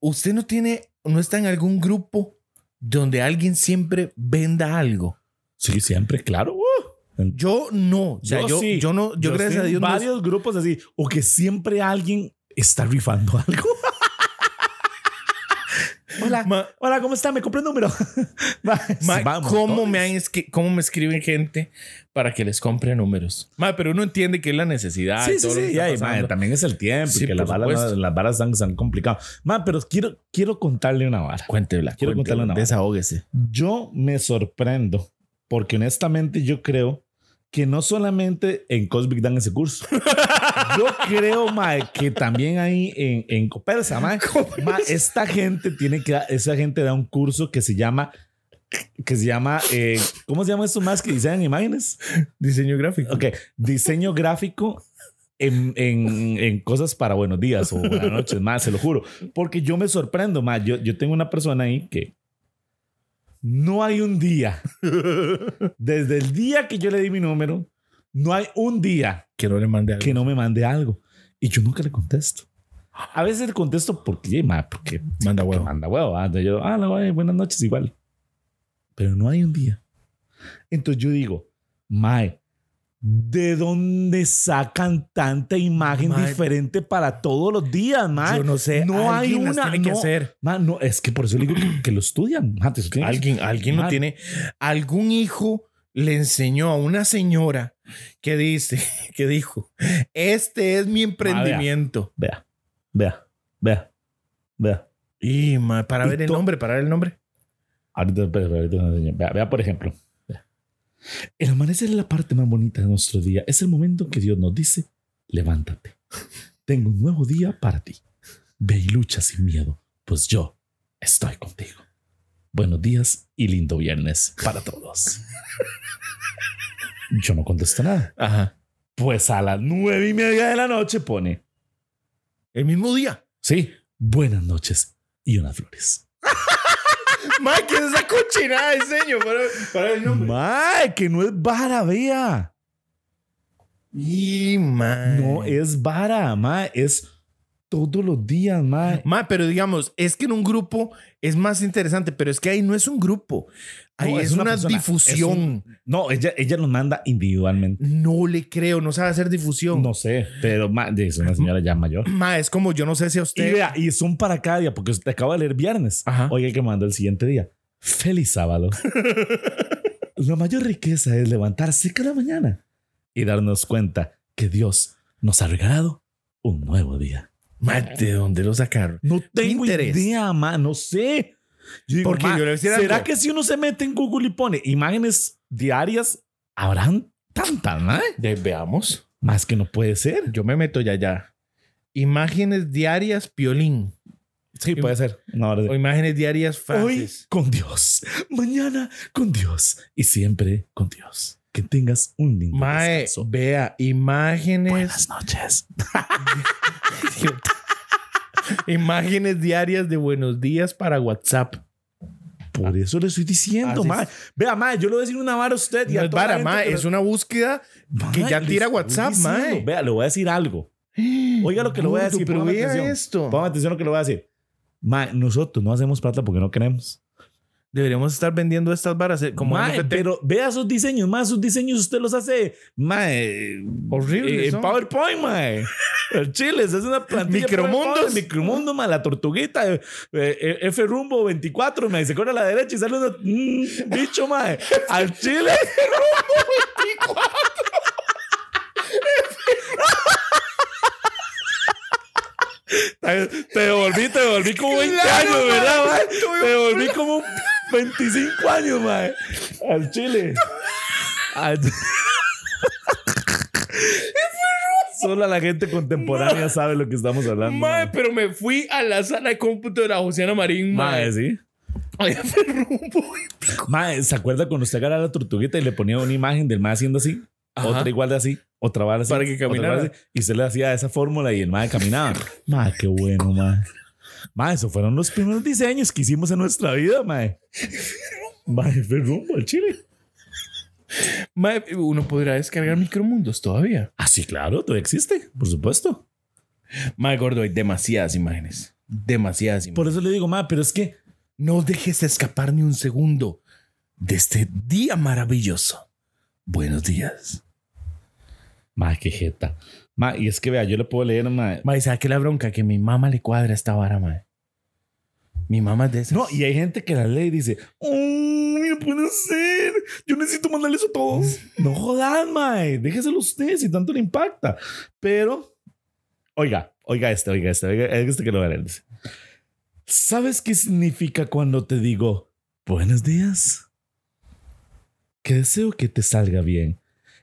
usted no tiene, no está en algún grupo donde alguien siempre venda algo. Sí, siempre, claro. Uh. Yo no, o sea, yo, yo, sí. no, yo, gracias estoy a en Dios no- Varios grupos así, o que siempre alguien está rifando algo. hola, Ma- hola, ¿cómo está? Me compré el número. Ma- Ma, sí, vamos, ¿cómo, todos. me han esqui- ¿Cómo me escriben gente para que les compre números? Ma, pero uno entiende que es la necesidad. y Sí, sí, todo lo que sí. está ya, y, pasando. ma, también es el tiempo, Sí, que las por balas, supuesto. las varas están, están complicadas. Ma, pero quiero, quiero contarle una vara. Cuéntela. Quiero cuéntela, contarle una vara. Desahógese. Yo me sorprendo porque honestamente yo creo que no solamente en Cosmic dan ese curso. Yo creo, mae, que también ahí en, en Copersa, mae. Mae, esta gente tiene que, dar- esa gente da un curso que se llama, que se llama, eh, ¿cómo se llama eso más que diseñan imágenes? Diseño gráfico. Ok, diseño gráfico en, en- en cosas para buenos días o buenas noches, más, se lo juro. Porque yo me sorprendo, más. Yo, yo tengo una persona ahí que no hay un día, desde el día que yo le di mi número, no hay un día Que no le mande algo. que no me mande algo. Y yo nunca le contesto. A veces le contesto porque, ma, porque Manda que huevo. manda huevo. ah, Yo, ah, la guay, buenas noches, igual. Pero no hay un día. Entonces yo digo, Mae, ¿de dónde sacan tanta imagen Mae. diferente para todos los días, Mae? Yo no sé. no hay alguien las una, tiene que no. hacer. Mae, no, es que por eso le digo que, que lo estudian. Mae, te lo tienen que- Alguien, alguien no Mae. tiene. Algún hijo le enseñó a una señora que dice, que dijo, este es mi emprendimiento. Vea, vea, vea, vea. Y ma, para Y ver el to- nombre, para ver el nombre. Ahorita, pero- pero ahorita no te enseño. vea, vea, por ejemplo. vea. El amanecer es la parte más bonita de nuestro día. Es el momento en que Dios nos dice, levántate. Tengo un nuevo día para ti. Ve y lucha sin miedo, pues yo estoy contigo. Buenos días y lindo viernes para todos. Yo no contesto nada. Ajá. Pues a las nueve y media de la noche pone, El mismo día. sí, buenas noches y unas flores. Mike, ¿qué es esa cochinada de diseño? Para, para el nombre. Mae, que no es vara, vea. Y, man. No es vara, ma, es todos los días, ma. Ma, pero digamos, es que en un grupo es más interesante, pero es que ahí no es un grupo. Ahí No, es, es una una, persona, difusión. No, ella, ella nos manda individualmente. No le creo, no sabe hacer difusión. No sé, pero ma, es una señora ya mayor. Ma, es como yo no sé si Y a usted. vea, y son para cada día, porque te acaba de leer viernes. Ajá. Oye, que manda el siguiente día. Feliz sábado. la mayor riqueza es levantarse cada mañana y darnos cuenta que Dios nos ha regalado un nuevo día. Ma, ¿de dónde lo sacaron? No tengo Pinterest. idea, ma, no sé. Yo digo, Porque ma, yo le voy a decir ¿Será algo. que si uno se mete en Google y pone imágenes diarias, habrán tantas, ma? De- veamos. Más que no puede ser. Yo me meto ya, ya. Imágenes diarias, piolín. Sí, puede ser. Una hora de- O imágenes diarias, Hoy Francis. con Dios, mañana con Dios y siempre con Dios. Que tengas un lindo Mae, descanso. vea, imágenes. Buenas noches. Idiota. Imágenes diarias de buenos días para WhatsApp. Por eso le estoy diciendo, Así ma. es. Vea, ma, yo le voy a decir una vara a usted. y No a es toda la vara, gente ma, que lo- es una búsqueda. Ma, que ya le tira estoy WhatsApp, ma. diciendo. Vea, le voy a decir algo. Oiga lo que le voy a Bruto, decir, Pero ponga vea atención. esto. Pongan atención a lo que le voy a decir. Ma, nosotros no hacemos plata porque no queremos. Deberíamos estar vendiendo estas varas eh, como Mae, NFT. pero vea sus diseños, más sus diseños usted los hace mae, Horribles eh, en son. PowerPoint, mae. El chile, es una plantilla. Micromundos. PowerPoint, Micromundo, mae, la tortuguita, eh, eh, F rumbo 24, mae, se corre a la derecha y sale un bicho, mae. Al chile. Te te devolví, te devolví como 20 Claro, años, mae, ¿verdad, mae? tuve Te devolví como 25 años, mae. Al chile. Al- Solo la gente contemporánea sabe lo que estamos hablando. Mae, pero me fui a la sala de cómputo de la Josiana Marín, mae. Mae, sí. Allá fue rumbo. Mae, ¿se acuerda cuando usted agarraba la tortuguita y le ponía una imagen del mae haciendo así? Ajá. Otra igual de así, otra bala así. Para que otra vara caminara. así, y usted le hacía esa fórmula y el mae caminaba. mae, qué bueno, mae. Mae, esos fueron los primeros diseños que hicimos en nuestra vida, mae. Mae, fue rumbo al chile. Mae, uno podrá descargar micromundos todavía. Ah, sí, claro, todo existe, por supuesto. Mae, gordo, hay demasiadas imágenes. Demasiadas imágenes. Por eso le digo, mae, pero es que No dejes escapar ni un segundo de este día maravilloso. Buenos días. Mae, qué jeta. Mae, y es que vea, yo le puedo leer, mae. Mae, ¿sabes qué es la bronca? Que mi mamá le cuadra esta vara, mae. Mi mamá es de esas. No, y hay gente que la lee y dice, ¡Oh, mira, puede ser! Yo necesito mandarle eso a todos. no jodan, mae. Déjeselo usted si tanto le impacta. Pero, oiga, oiga este, oiga este, oiga este que lo va a leer. Dice, ¿Sabes qué significa cuando te digo, buenos días? Que deseo que te salga bien.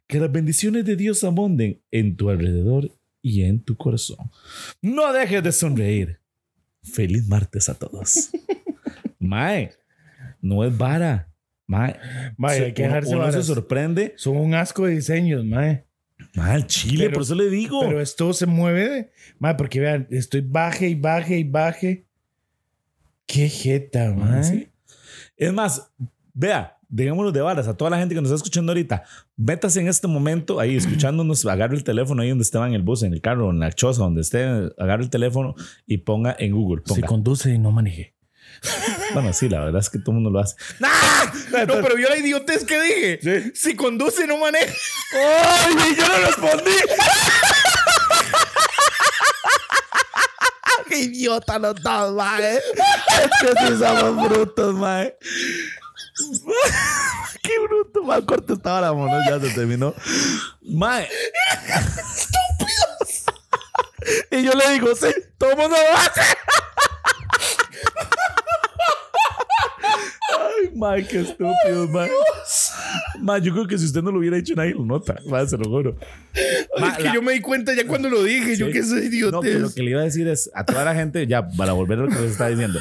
Que las bendiciones de Dios abonden en tu alrededor y en tu corazón. No dejes de sonreír. Feliz martes a todos. Mae, no es vara. Mae, Mae, se- hay que uno- dejarse uno se varas. sorprende. Son un asco de diseños, mae. Mae, al chile, Pero- por eso le digo. Pero esto se mueve de... Mae, porque vean, estoy baje y baje y baje. Qué jeta, Mae, mae. sí. Es más, vea, digámoslo de varas a toda la gente que nos está escuchando ahorita. Métase en este momento ahí escuchándonos, agarre el teléfono ahí donde esté va en el bus, en el carro, en la choza, donde esté, agarre el teléfono y ponga en Google. Se ponga. conduce y no maneje. Bueno, sí, la verdad es que todo el mundo lo hace. ¡Ah! No, pero vio la idiotez que dije. Si conduce, no maneja. ¡Ay, yo no respondí! ¡Qué idiota los dos, mae! Es que sí somos brutos, mae. ¡Qué bruto! Mae, corta esta hora, mono. Ya se terminó. Mae. ¡Estúpidos! Y yo le digo, sí, todo el mundo lo hace. Ay, mae, qué estúpido, mae. Ma, yo creo que si usted no lo hubiera hecho, nadie lo nota. Ma, se lo juro. Ma, es que la- yo me di cuenta ya cuando lo dije. Yo Sí. que soy No, pero idiotez. lo que le iba a decir es a toda la gente, ya para volver a lo que les está diciendo,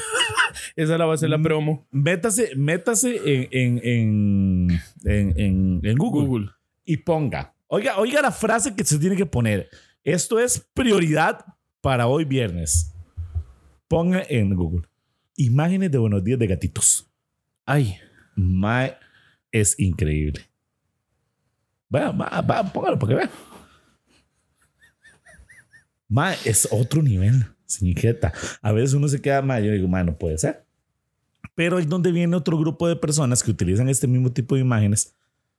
Esa la va a ser la promo. métase, métase en, en, en, en, en- en Google, y ponga, oiga, oiga la frase que se tiene que poner. Esto es prioridad para hoy viernes. Ponga en Google imágenes de buenos días de gatitos. Ay. Mae es increíble. Vaya, ma, va, póngalo para que vea. Mae es otro nivel, sin inquieta. A veces uno se queda mae, yo digo, mae, no puede ser. Pero es donde viene otro grupo de personas que utilizan este mismo tipo de imágenes.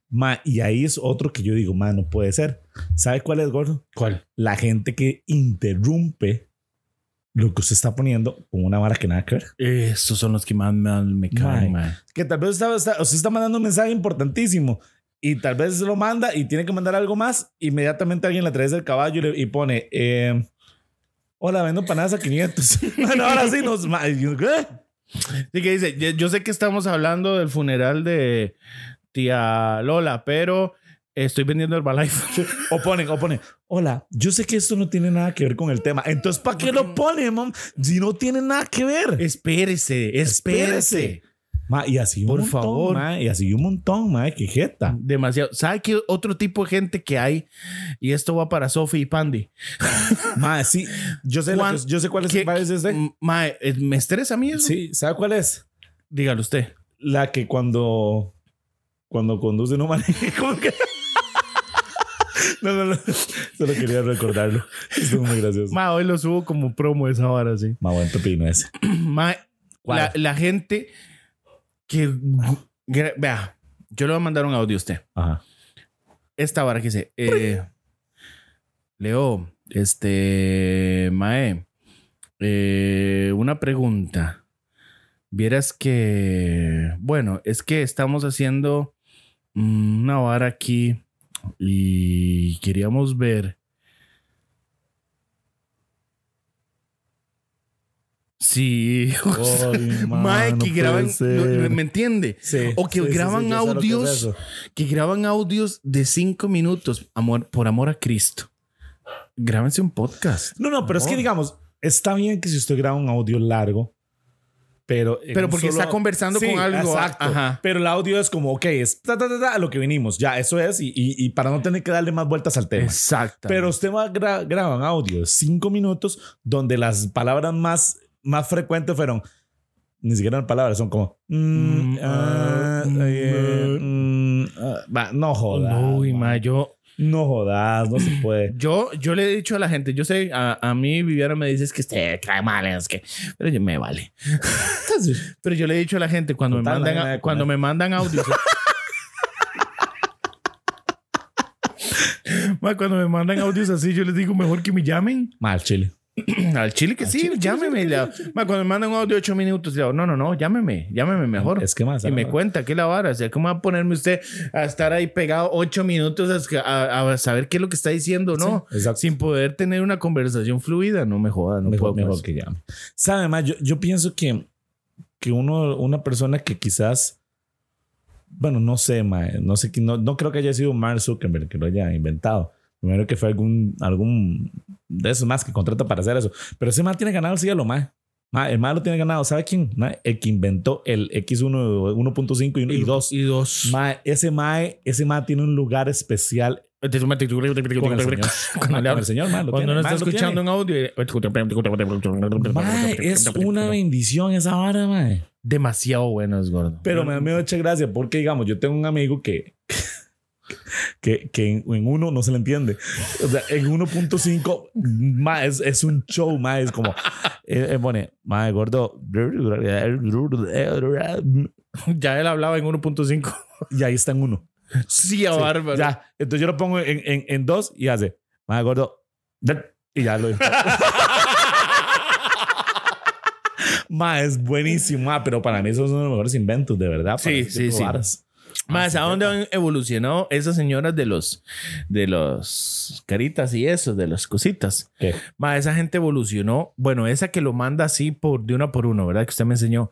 Mae, y ahí es otro que yo digo, mae, no puede ser. ¿Sabe cuál es, gordo? ¿Cuál? La gente que interrumpe lo que usted está poniendo con una vara que nada que ver. Estos son los que más me, me caen, mae. que tal vez está, está- o sea, está mandando un mensaje importantísimo y tal vez se lo manda y tiene que mandar algo más, inmediatamente alguien le atraviesa el caballo y, le- y pone, eh, hola, vendo panadas a 500. bueno, ahora sí nos... ma- y yo, ¿qué? Sí, que dice, yo, yo sé que estamos hablando del funeral de tía Lola, pero estoy vendiendo Herbalife. O ponen, o ponen, hola, yo sé que esto no tiene nada que ver con el tema, entonces ¿para qué lo ponen, mam? Si no tiene nada que ver. espérese, Espérese. Ma, y así un Por montón, favor. ma, y así un montón, ma, que jeta. Demasiado. ¿Sabe qué otro tipo de gente que hay? Y esto va para Sofi y Pandy. Ma, sí, yo sé, lo Juan, que- yo sé cuál es, ¿Qué- cuál es este. M- mae, eh, ¿Me estresa a mí eso? Sí, ¿sabe cuál es? Dígalo usted. La que cuando cuando conduce no maneja. ¿Cómo que? No, no, no. Solo quería recordarlo. Estuvo muy gracioso. Mae, hoy lo subo como promo esa hora, sí. Ma, buen pepino ese. Mae, ¿Cuál? La, la gente que... gra- Vea, yo le voy a mandar un audio a usted. Ajá. esta vara que dice, eh, Leo, este, Mae, eh, una pregunta. Vieras que, bueno, es que estamos haciendo mm, una vara aquí y queríamos ver si... Ay, ma, Mae, no que puede graban, ser. ¿me entiende? Sí, o que sí, sí, graban sí, yo sé lo que es audios. eso. que graban audios de cinco minutos amor, por amor a Cristo. Grábense un podcast. No, no, pero es que No. digamos, está bien que si usted graba un audio largo, pero. en Pero un porque está conversando con algo, ah, Exacto. ajá. Pero el audio es como, ok, es ta, ta, ta, ta, a lo que vinimos, ya, eso es, y, y- y para no tener que darle más vueltas al tema. Exacto. Pero usted va a gra- graba un audio de cinco minutos donde las palabras más, más frecuentes fueron. Ni siquiera eran palabras, son como. mm, Mm, ah, ah, mm, eh, ah. mm, ah, va, no jodas. Uy, va, ma, yo, No jodas, no se puede. yo, yo le he dicho a la gente, yo sé, a, a mí Viviana me dices que usted cae mal, es que, pero yo me vale. Pero yo le he dicho a la gente cuando Total, me nadie me va mandan, a cuando comer. me mandan audios. Ma, cuando me mandan audios así, yo les digo mejor que me llamen. Mal, chile. Al chile que sí, llámeme. le hago. Ma, cuando me mandan un audio de ocho minutos, le digo, no, no, no, llámeme, llámeme mejor. Es que más. ah, Y me ¿no? cuenta que la vara, o sea, ¿cómo va a ponerme usted a estar ahí pegado ocho minutos a, a- a saber qué es lo que está diciendo, no? Sí, exacto. Sin poder tener una conversación fluida, no me joda, no mejor, puedo. con mejor eso. que llame. Sabe, más, yo, yo pienso que, que uno, una persona que quizás. Bueno, no sé, mae, no sé, qui- no, no creo que haya sido Mark Zuckerberg que lo haya inventado. Primero que fue algún, algún de esos más que contrata para hacer eso. Pero ese más tiene ganado el cielo, más. el más lo tiene ganado. ¿Sabe quién? Mae, el que inventó el X1, 1.5 y, y 2. Y dos. Mae, ese mae, ese mae tiene un lugar especial Entonces, mate, tú- con el señor. Cuando le Mae, con hablo- el señor, mae, lo Cuando tiene, no está mae, lo tiene. escuchando un audio. Mae, eh, es una bendición esa vara, mae. Demasiado buenos, gordo. Pero me da miedo eche gracia porque, digamos, yo tengo un amigo que. Que, que en, en uno no se le entiende. O sea, en 1.5 mae, es, es un show, mae. Es como. eh, eh, pone, mae, gordo. Ya él hablaba en 1.5. Y ahí está en uno. Sí, a bárbaro. Ya. Entonces yo lo pongo en, en, en dos y hace, mae, gordo. Y ya lo dijo. Mae, es buenísimo, mae, pero para mí eso es uno de los mejores inventos, de verdad. para Sí, ese sí, tipo de sí. varas. Ah, Más, ¿a dónde han evolucionado esas señoras de los de los caritas y eso, de las cositas? ¿Qué? Más, esa gente evolucionó. Bueno, esa que lo manda así por de una por uno, ¿verdad? Que usted me enseñó.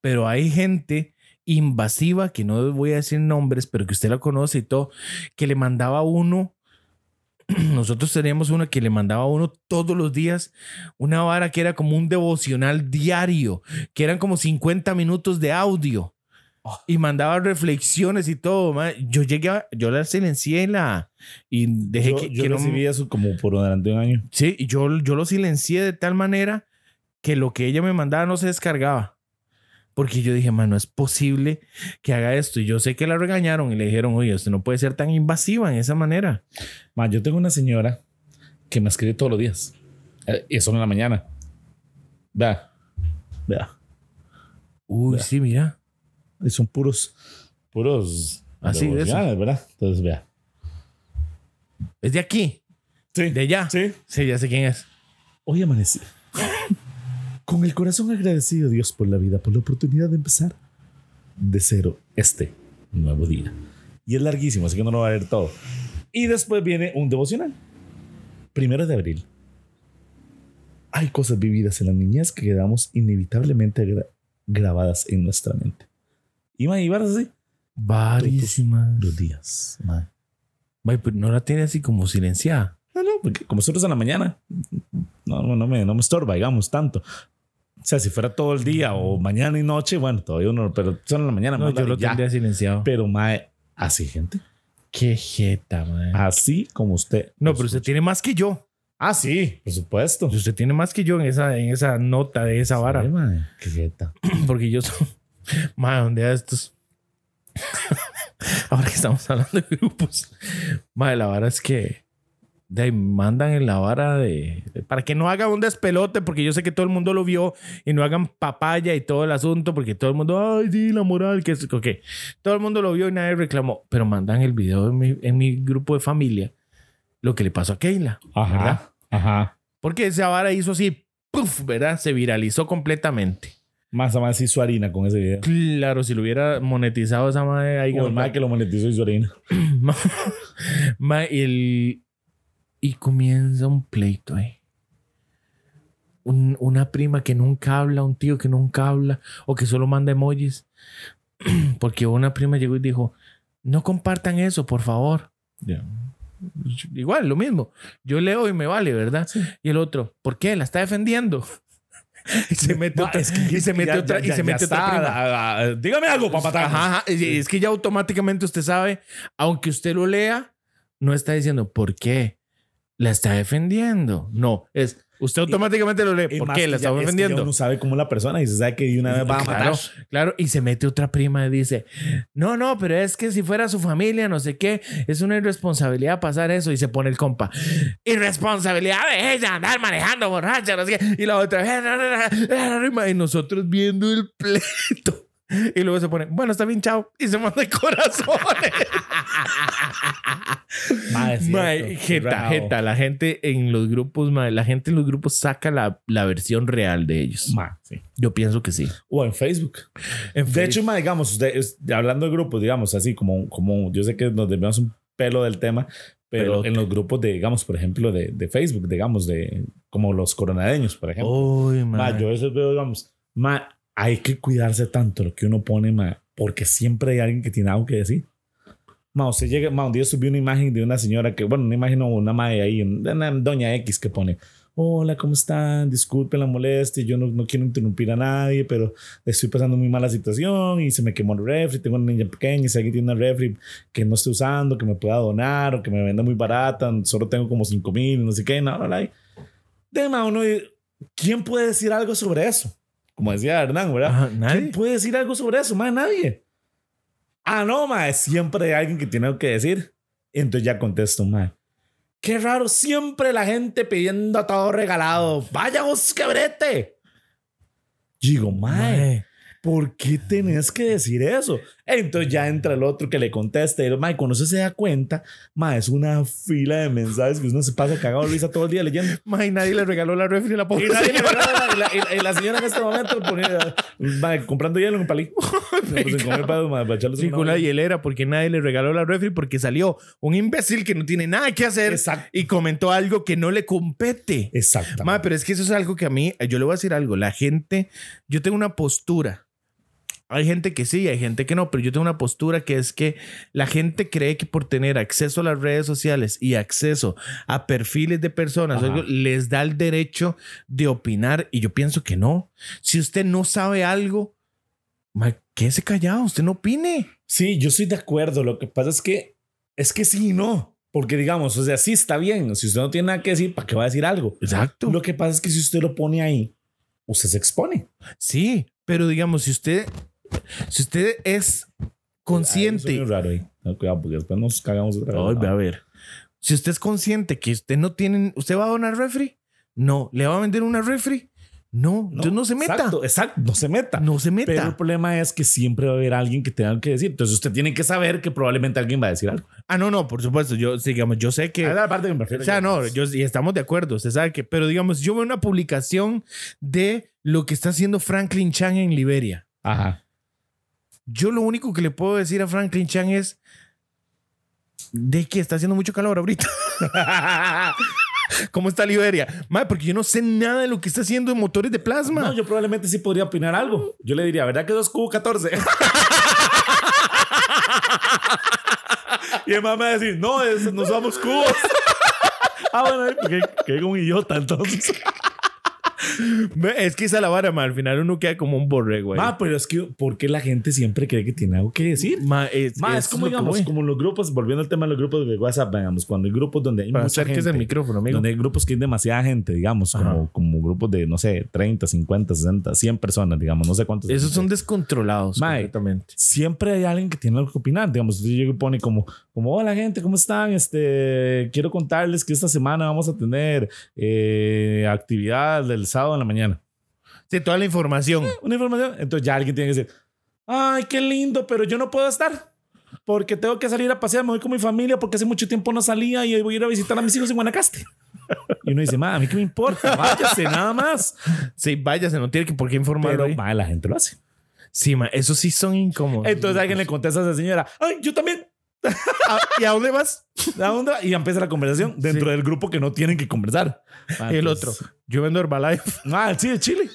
Pero hay gente invasiva, que no voy a decir nombres, pero que usted la conoce y todo, que le mandaba uno. Nosotros teníamos una que le mandaba uno todos los días, una vara que era como un devocional diario, que eran como 50 minutos de audio Ah. y mandaba reflexiones y todo. ma. Yo llegué, a- yo la silencié en la y dejé yo, que, yo que no- recibí eso como por durante un año. sí, y yo, yo lo silencié de tal manera que lo que ella me mandaba no se descargaba. Porque yo dije, mano, es posible que haga esto. Y yo sé que la regañaron y le dijeron, oye, usted no puede ser tan invasiva en esa manera. Ma, yo tengo una señora que me escribe todos los días. Eh, Y son en la mañana. Vea. Vea. Uy, Ya. sí, mira. Y son puros. Puros. Así de eso. devocionales, ¿verdad? Entonces, vea. Es de aquí, Sí. de allá. Sí, Sí. ya sé quién es. Hoy amanecí. Con el corazón agradecido a Dios por la vida, por la oportunidad de empezar de cero este nuevo día. Y es larguísimo, así que no lo va a ver todo. Y después viene un devocional. Primero de abril. Hay cosas vividas en la niñez que quedamos inevitablemente gra- grabadas en nuestra mente. Y ma, y varas así. Varísimas. Los días. ma. Ma, pero no la tiene así como silenciada. No, no, porque como nosotros en la mañana, no, no, no me, no me estorba, digamos, tanto. O sea, si fuera todo el día o mañana y noche, bueno, todavía uno, pero son en la mañana. No, mándale yo lo ya. tendría silenciado. Pero, mae, así, gente. Qué jeta, man. Así como usted. No, pero usted tiene más que yo. Ah, sí, por supuesto. Usted tiene más que yo en esa, en esa nota de esa Sí, vara. mae, qué jeta. Porque yo soy. Madre, ¿dónde a estos? Ahora que estamos hablando de grupos. Madre, la vara es que. De ahí mandan en la vara de, de- Para que no haga un despelote, porque yo sé que todo el mundo lo vio y no hagan papaya y todo el asunto, porque todo el mundo. Ay, sí, la moral, que es. Ok. Todo el mundo lo vio y nadie reclamó. Pero mandan el video en mi, en mi grupo de familia, lo que le pasó a Keila. Ajá. ¿Verdad? Ajá. Porque esa vara hizo así, puff, ¿verdad? Se viralizó completamente. Más o más hizo harina con ese video. Claro, si lo hubiera monetizado esa madre ahí. O el con- mae que lo monetizó hizo harina. Ma- ma- el- y comienza un pleito ahí. Un- una prima que nunca habla, un tío que nunca habla o que solo manda emojis. Porque una prima llegó y dijo, no compartan eso, por favor. Ya. Igual, lo mismo. Yo leo y me vale, ¿verdad? Y el otro, ¿por qué? La está defendiendo. Y se mete No, otra. es y se mete Ya- otra. ya- y ya- se ya mete otra está. prima. Ah, ah, Dígame algo, papatán. Pues, Ajá, ajá. Es- Es que ya automáticamente usted sabe, aunque usted lo lea, no está diciendo por qué la está defendiendo. No, es usted automáticamente lo lee. Y ¿Por más qué que ya- la está es que ya defendiendo? uno sabe cómo es la persona y se sabe que de una vez va a matar. Claro, claro, y se mete otra prima y dice, no, no, pero es que si fuera su familia, no sé qué, es una irresponsabilidad pasar eso y se pone el compa. Irresponsabilidad de ella andar manejando borracha, no sé qué. Y la otra vez, y nosotros viendo el pleito. Y luego se pone, bueno, está bien, chao. Y se manda corazones. Ma, Ah, es Mae, cierto. jeta, Bravo. jeta. La gente en los grupos, mae, la gente en los grupos saca la, la versión real de ellos. Ma, sí. Yo pienso que sí. O en Facebook. En De hecho, ma, digamos, usted- es- hablando de grupos, digamos, así como, como yo sé que nos debemos un pelo del tema, pero Pelote. en los grupos de, digamos, por ejemplo, de, de Facebook, digamos, de como los coronadeños, por ejemplo. Uy, Ma, mae. yo a veces veo, digamos, ma, hay que cuidarse tanto lo que uno pone, ma, porque siempre hay alguien que tiene algo que decir. Ma, usted llega, ma, un día subí una imagen de una señora que, bueno, una imagen no, una madre ahí, una doña X que pone, hola, ¿cómo están? Disculpen la molestia, yo no, no quiero interrumpir a nadie, pero estoy pasando muy mala situación y se me quemó el refri, tengo una niña pequeña y si alguien tiene una refri que no esté usando, que me pueda donar o que me venda muy barata, solo tengo como 5 mil, no sé qué, no, no, no. Tema uno, ¿quién puede decir algo sobre eso? Como decía Hernán, ¿verdad? Ajá, ¿Quién nadie. puede decir algo sobre eso? Más nadie. Ah, no, ma, siempre hay alguien que tiene algo que decir. Entonces ya contesto, ma. Qué raro, siempre la gente pidiendo todo regalado. Vaya vos quebrete. Digo, mae, Mae. ¿por qué tenés que decir eso? Entonces ya entra el otro que le contesta. Y mae, cuando usted se da cuenta, mae, es una fila de mensajes que uno se pasa cagado de risa todo el día leyendo. Mae, nadie le regaló la refri a la Y pobre nadie le señora. regalaba, y la, y la- y la señora en este momento ponía- va comprando hielo en un palí. Se puso a comer para- para echarle Sí, una con la olla. hielera, porque nadie le regaló la refri porque salió un imbécil que no tiene nada que hacer Exact- y comentó algo que no le compete. Exactamente. Mae, pero es que eso es algo que a mí, eh, yo le voy a decir algo, la gente, yo tengo una postura. Hay gente que sí, hay gente que no, pero yo tengo una postura que es que la gente cree que por tener acceso a las redes sociales y acceso a perfiles de personas, Ajá. algo, les da el derecho de opinar y yo pienso que no. Si usted no sabe algo, mae, quédese callado, usted no opine. Sí, yo estoy de acuerdo. Lo que pasa es que es que sí y no. Porque digamos, o sea, sí está bien. Si usted no tiene nada que decir, ¿para qué va a decir algo? Exacto. Lo que pasa es que si usted lo pone ahí, usted se expone. Sí, pero digamos, si usted, si usted es Ay, eso consciente es muy raro ahí. No, cuidado, porque después nos cagamos otra vez. Ay, ve a ver. Si usted es consciente que usted no tiene, ¿usted va a donar refri? No. ¿Le va a vender una refri? No. Entonces no se meta. Exacto, exacto, no se meta. No se Pero el meta. problema es que siempre va a haber alguien que tenga algo que decir. Entonces usted tiene que saber que probablemente alguien va a decir algo. ah, no, no, por supuesto. Yo, sí, digamos, yo sé que. Esa es la parte que me refiero O sea, yo. no, yo, y estamos de acuerdo, usted sabe que, pero digamos, yo veo una publicación de lo que está haciendo Franklin Chan en Liberia. Ajá. Yo lo único que le puedo decir a Franklin Chan es de que está haciendo mucho calor ahorita. ¿Cómo está Liberia? Madre, porque yo no sé nada de lo que está haciendo en motores de plasma. No, yo probablemente sí podría opinar algo. Yo le diría, ¿verdad que 2 cubo 14? y el mamá me va a decir, no, es- no somos cubos. ah, bueno, porque que como un idiota entonces. Ve, Es que esa es la vara, ma. Al final uno queda como un borrego. ahí. Ma, pero es que, ¿por qué la gente siempre cree que tiene algo que decir? Ma, es, Ma, es, es como, lo que digamos, voy. como los grupos, volviendo al tema de los grupos de WhatsApp, digamos, cuando hay grupos donde hay Para mucha acérquese gente. el micrófono, amigo. Donde hay grupos que hay demasiada gente, digamos, Ajá. como, como grupos de, no sé, 30, 50, 60, 100 personas, digamos, no sé cuántos. Esos son descontrolados Ma, eh, completamente. siempre hay alguien que tiene algo que opinar. Digamos, usted llega y pone como, como hola gente, ¿cómo están? Este, quiero contarles que esta semana vamos a tener eh, actividad del sábado en la mañana. Sí, toda la información. Una información. Entonces ya alguien tiene que decir, ay, qué lindo, pero yo no puedo estar. Porque tengo que salir a pasear, me voy con mi familia porque hace mucho tiempo no salía y hoy voy a ir a visitar a mis hijos en Guanacaste. Y uno dice, ma, a mí qué me importa, váyase nada más. Sí, váyase, no tiene que por qué informar. Pero ahí. ma, la gente lo hace. Sí, ma, esos sí son incómodos. Entonces alguien le contesta a esa señora, ay, yo también. Ah, ¿Y a dónde vas? la onda y empieza la conversación dentro del grupo que no tienen que conversar. el otro. Yo vendo Herbalife. Ah, sí, de Chile.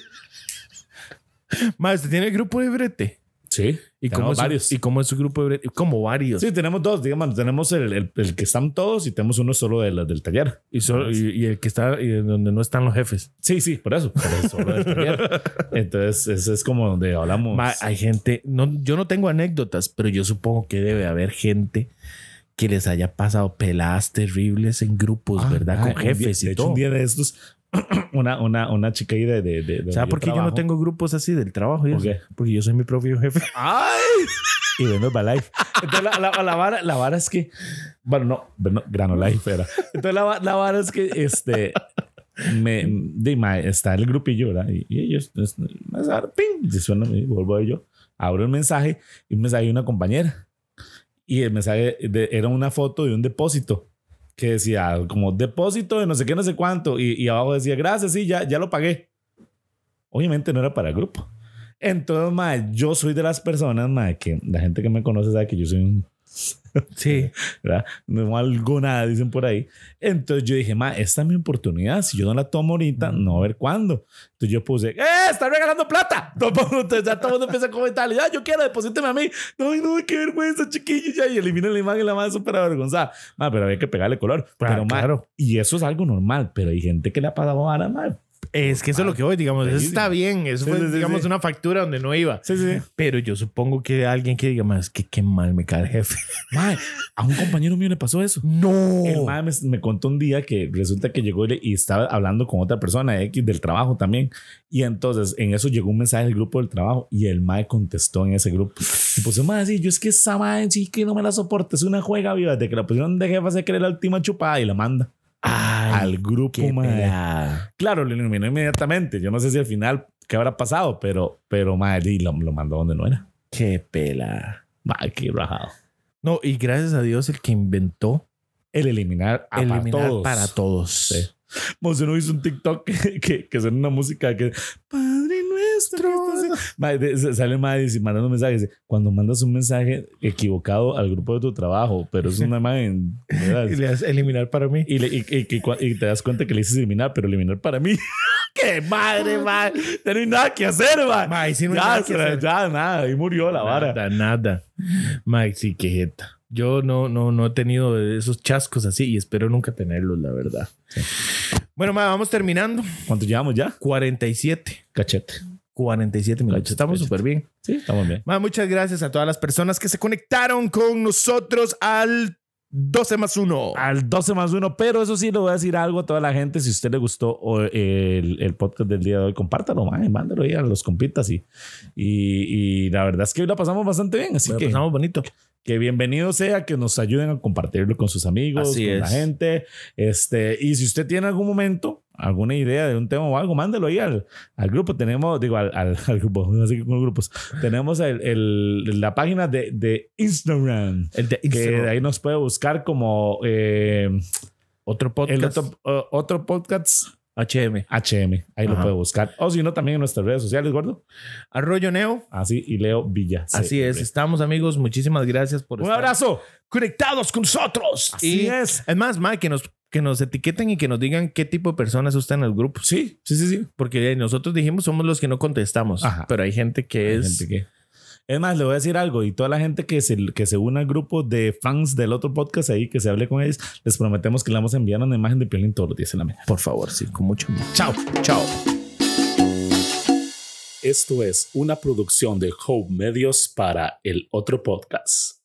Ma, usted tiene el grupo de brete. Sí. ¿Y Tenemos cómo, es su, varios. ¿Y cómo es su grupo? de bre- Como varios. Sí, tenemos dos, digamos, tenemos el, el- el que están todos y tenemos uno solo de las del taller. Y, solo- y- y el que está y donde no están los jefes. Sí, sí, por eso. por eso, solo del taller. Entonces, ese es como donde hablamos. Ma, hay gente, no, yo no tengo anécdotas, pero yo supongo que debe haber gente que les haya pasado peladas terribles en grupos, Ah, pues, ¿verdad? ah, Con un jefes día- de y hecho, todo. un día de estos, una, una, una chica ahí de. de, de- de ¿Sabes donde por qué yo no trabajo. tengo grupos así del trabajo? y ¿Por eso? qué? Porque yo soy mi propio jefe. ¡Ay! Y vendo para life. Entonces, la, la- la vara, la vara es que. Bueno, no, no, grano life era. Entonces, la, va- la vara es que este. Me, de, ma, está el grupillo, ¿verdad? Y, y ellos. es- es- ahora, ¡ping! Y suena, y vuelvo yo. Abro el mensaje y un mensaje de una compañera. Y el mensaje de- era una foto de un depósito que decía como depósito de no sé qué, no sé cuánto. Y, y abajo decía, gracias, sí, ya, ya lo pagué. Obviamente no era para el grupo. Entonces, mae, yo soy de las personas, mae, que la gente que me conoce sabe que yo soy un, Sí. ¿verdad? No algo nada, dicen por ahí. Entonces yo dije, mae, esta es mi oportunidad. Si yo no la tomo ahorita, no va a ver cuándo. Entonces yo puse, ¡eh! ¡Están regalando plata! Todo el mundo- Entonces ya todo el mundo empieza a comentar, ¡ya, yo quiero, deposíteme a mí! ¡No, no, qué vergüenza, chiquillo! Ya, y eliminan la imagen, la madre súper avergonzada. Mae, pero había que pegarle color. Ah, Pero, mae, claro. y eso es algo normal, pero hay gente que le ha pasado a la madre. Es que eso es lo que voy, digamos. Eso Bellísimo. está bien. Ah, Eso Sí, fue, sí, sí, digamos, sí. una factura donde no iba. Sí, sí. Pero yo supongo que alguien que diga, más que qué mal me cae el jefe. Mae, a un compañero mío le pasó eso. El No. mae me, me contó un día que resulta que llegó y, le- y estaba hablando con otra persona X del trabajo también. Y entonces en eso llegó un mensaje del grupo del trabajo y el mae contestó en ese grupo. Y puso, mae, sí, yo es que esa mae sí que no me la soporto. Es una juega viva. Desde que la pusieron de jefa se cree la última chupada y la manda al Ay, grupo, qué mae. pelada. Claro, lo eliminó inmediatamente. Yo no sé si al final qué habrá pasado, pero, pero mae, y lo, lo mandó donde no era. Qué pelada. Mae, qué rajado. No, y gracias a Dios el que inventó El eliminar a eliminar Ah, para todos. para todos. Sí. Monzón hizo un TikTok que, que, que suena una música que Padre nuestro. que estás en-". Ma, de- se- Sale madre y mandando mensajes. dice, Cuando mandas un mensaje equivocado al grupo de tu trabajo, pero es una imagen. ¿verdad? Y le das eliminar para mí. Y, le- y- y- y cua- y te das cuenta que le dices eliminar, pero eliminar para mí. ¡Qué madre, madre! Ya no hay nada que hacer, madre. Mae, sí, no hay ya, nada que se la- hacer. ya, nada. Ahí murió la vara. Nada, nada. Mike, sí, qué jeta. Yo no, no, no he tenido de esos chascos así y espero nunca tenerlos, la verdad. Bueno, ma, vamos terminando. ¿Cuánto llevamos ya? 47. Cachete. 47 minutos. Cachete, Estamos cachete. súper bien. Sí, estamos bien. Ma, muchas gracias a todas las personas que se conectaron con nosotros al 12 más 1. al 12 más 1. Pero eso sí, le voy a decir algo a toda la gente. Si a usted le gustó o, el, el podcast del día de hoy, compártalo, man, mándalo ahí a los compitas. Y, y, y la verdad es que hoy la pasamos bastante bien. Así Bueno, que, pasamos bonito. que bienvenido sea que nos ayuden a compartirlo con sus amigos, Así con la es. gente. Este, y si usted tiene algún momento, alguna idea de un tema o algo, mándelo ahí al, al grupo. Tenemos, digo, al, al, al grupo, así que con grupos. Tenemos el- el- la página de, de Instagram. El de Que de Instagram. ahí nos puede buscar como eh, otro podcast. el otro, o- otro podcast HM. HM. Ahí lo Ajá. puede buscar. O si no, también en nuestras redes sociales, gordo. Arroyo Neo. Así y Leo Villa. Así es, estamos amigos. Muchísimas gracias por Un estar abrazo. conectados con nosotros. Así Y es. Además, Mike, que nos, que nos etiqueten y que nos digan qué tipo de personas están en el grupo. Sí, sí, sí, sí. Porque eh, nosotros dijimos somos los que no contestamos. Ajá. Pero hay gente que Hay es. gente que- Es más, le voy a decir algo y toda la gente que se, que se una al grupo de fans del otro podcast ahí, que se hable con ellos, les prometemos que le vamos a enviar una imagen de Piolín todos los días en la mañana. Por favor, sí, con mucho amor. Chao. Chao. Esto es una producción de Hope Medios para el otro podcast.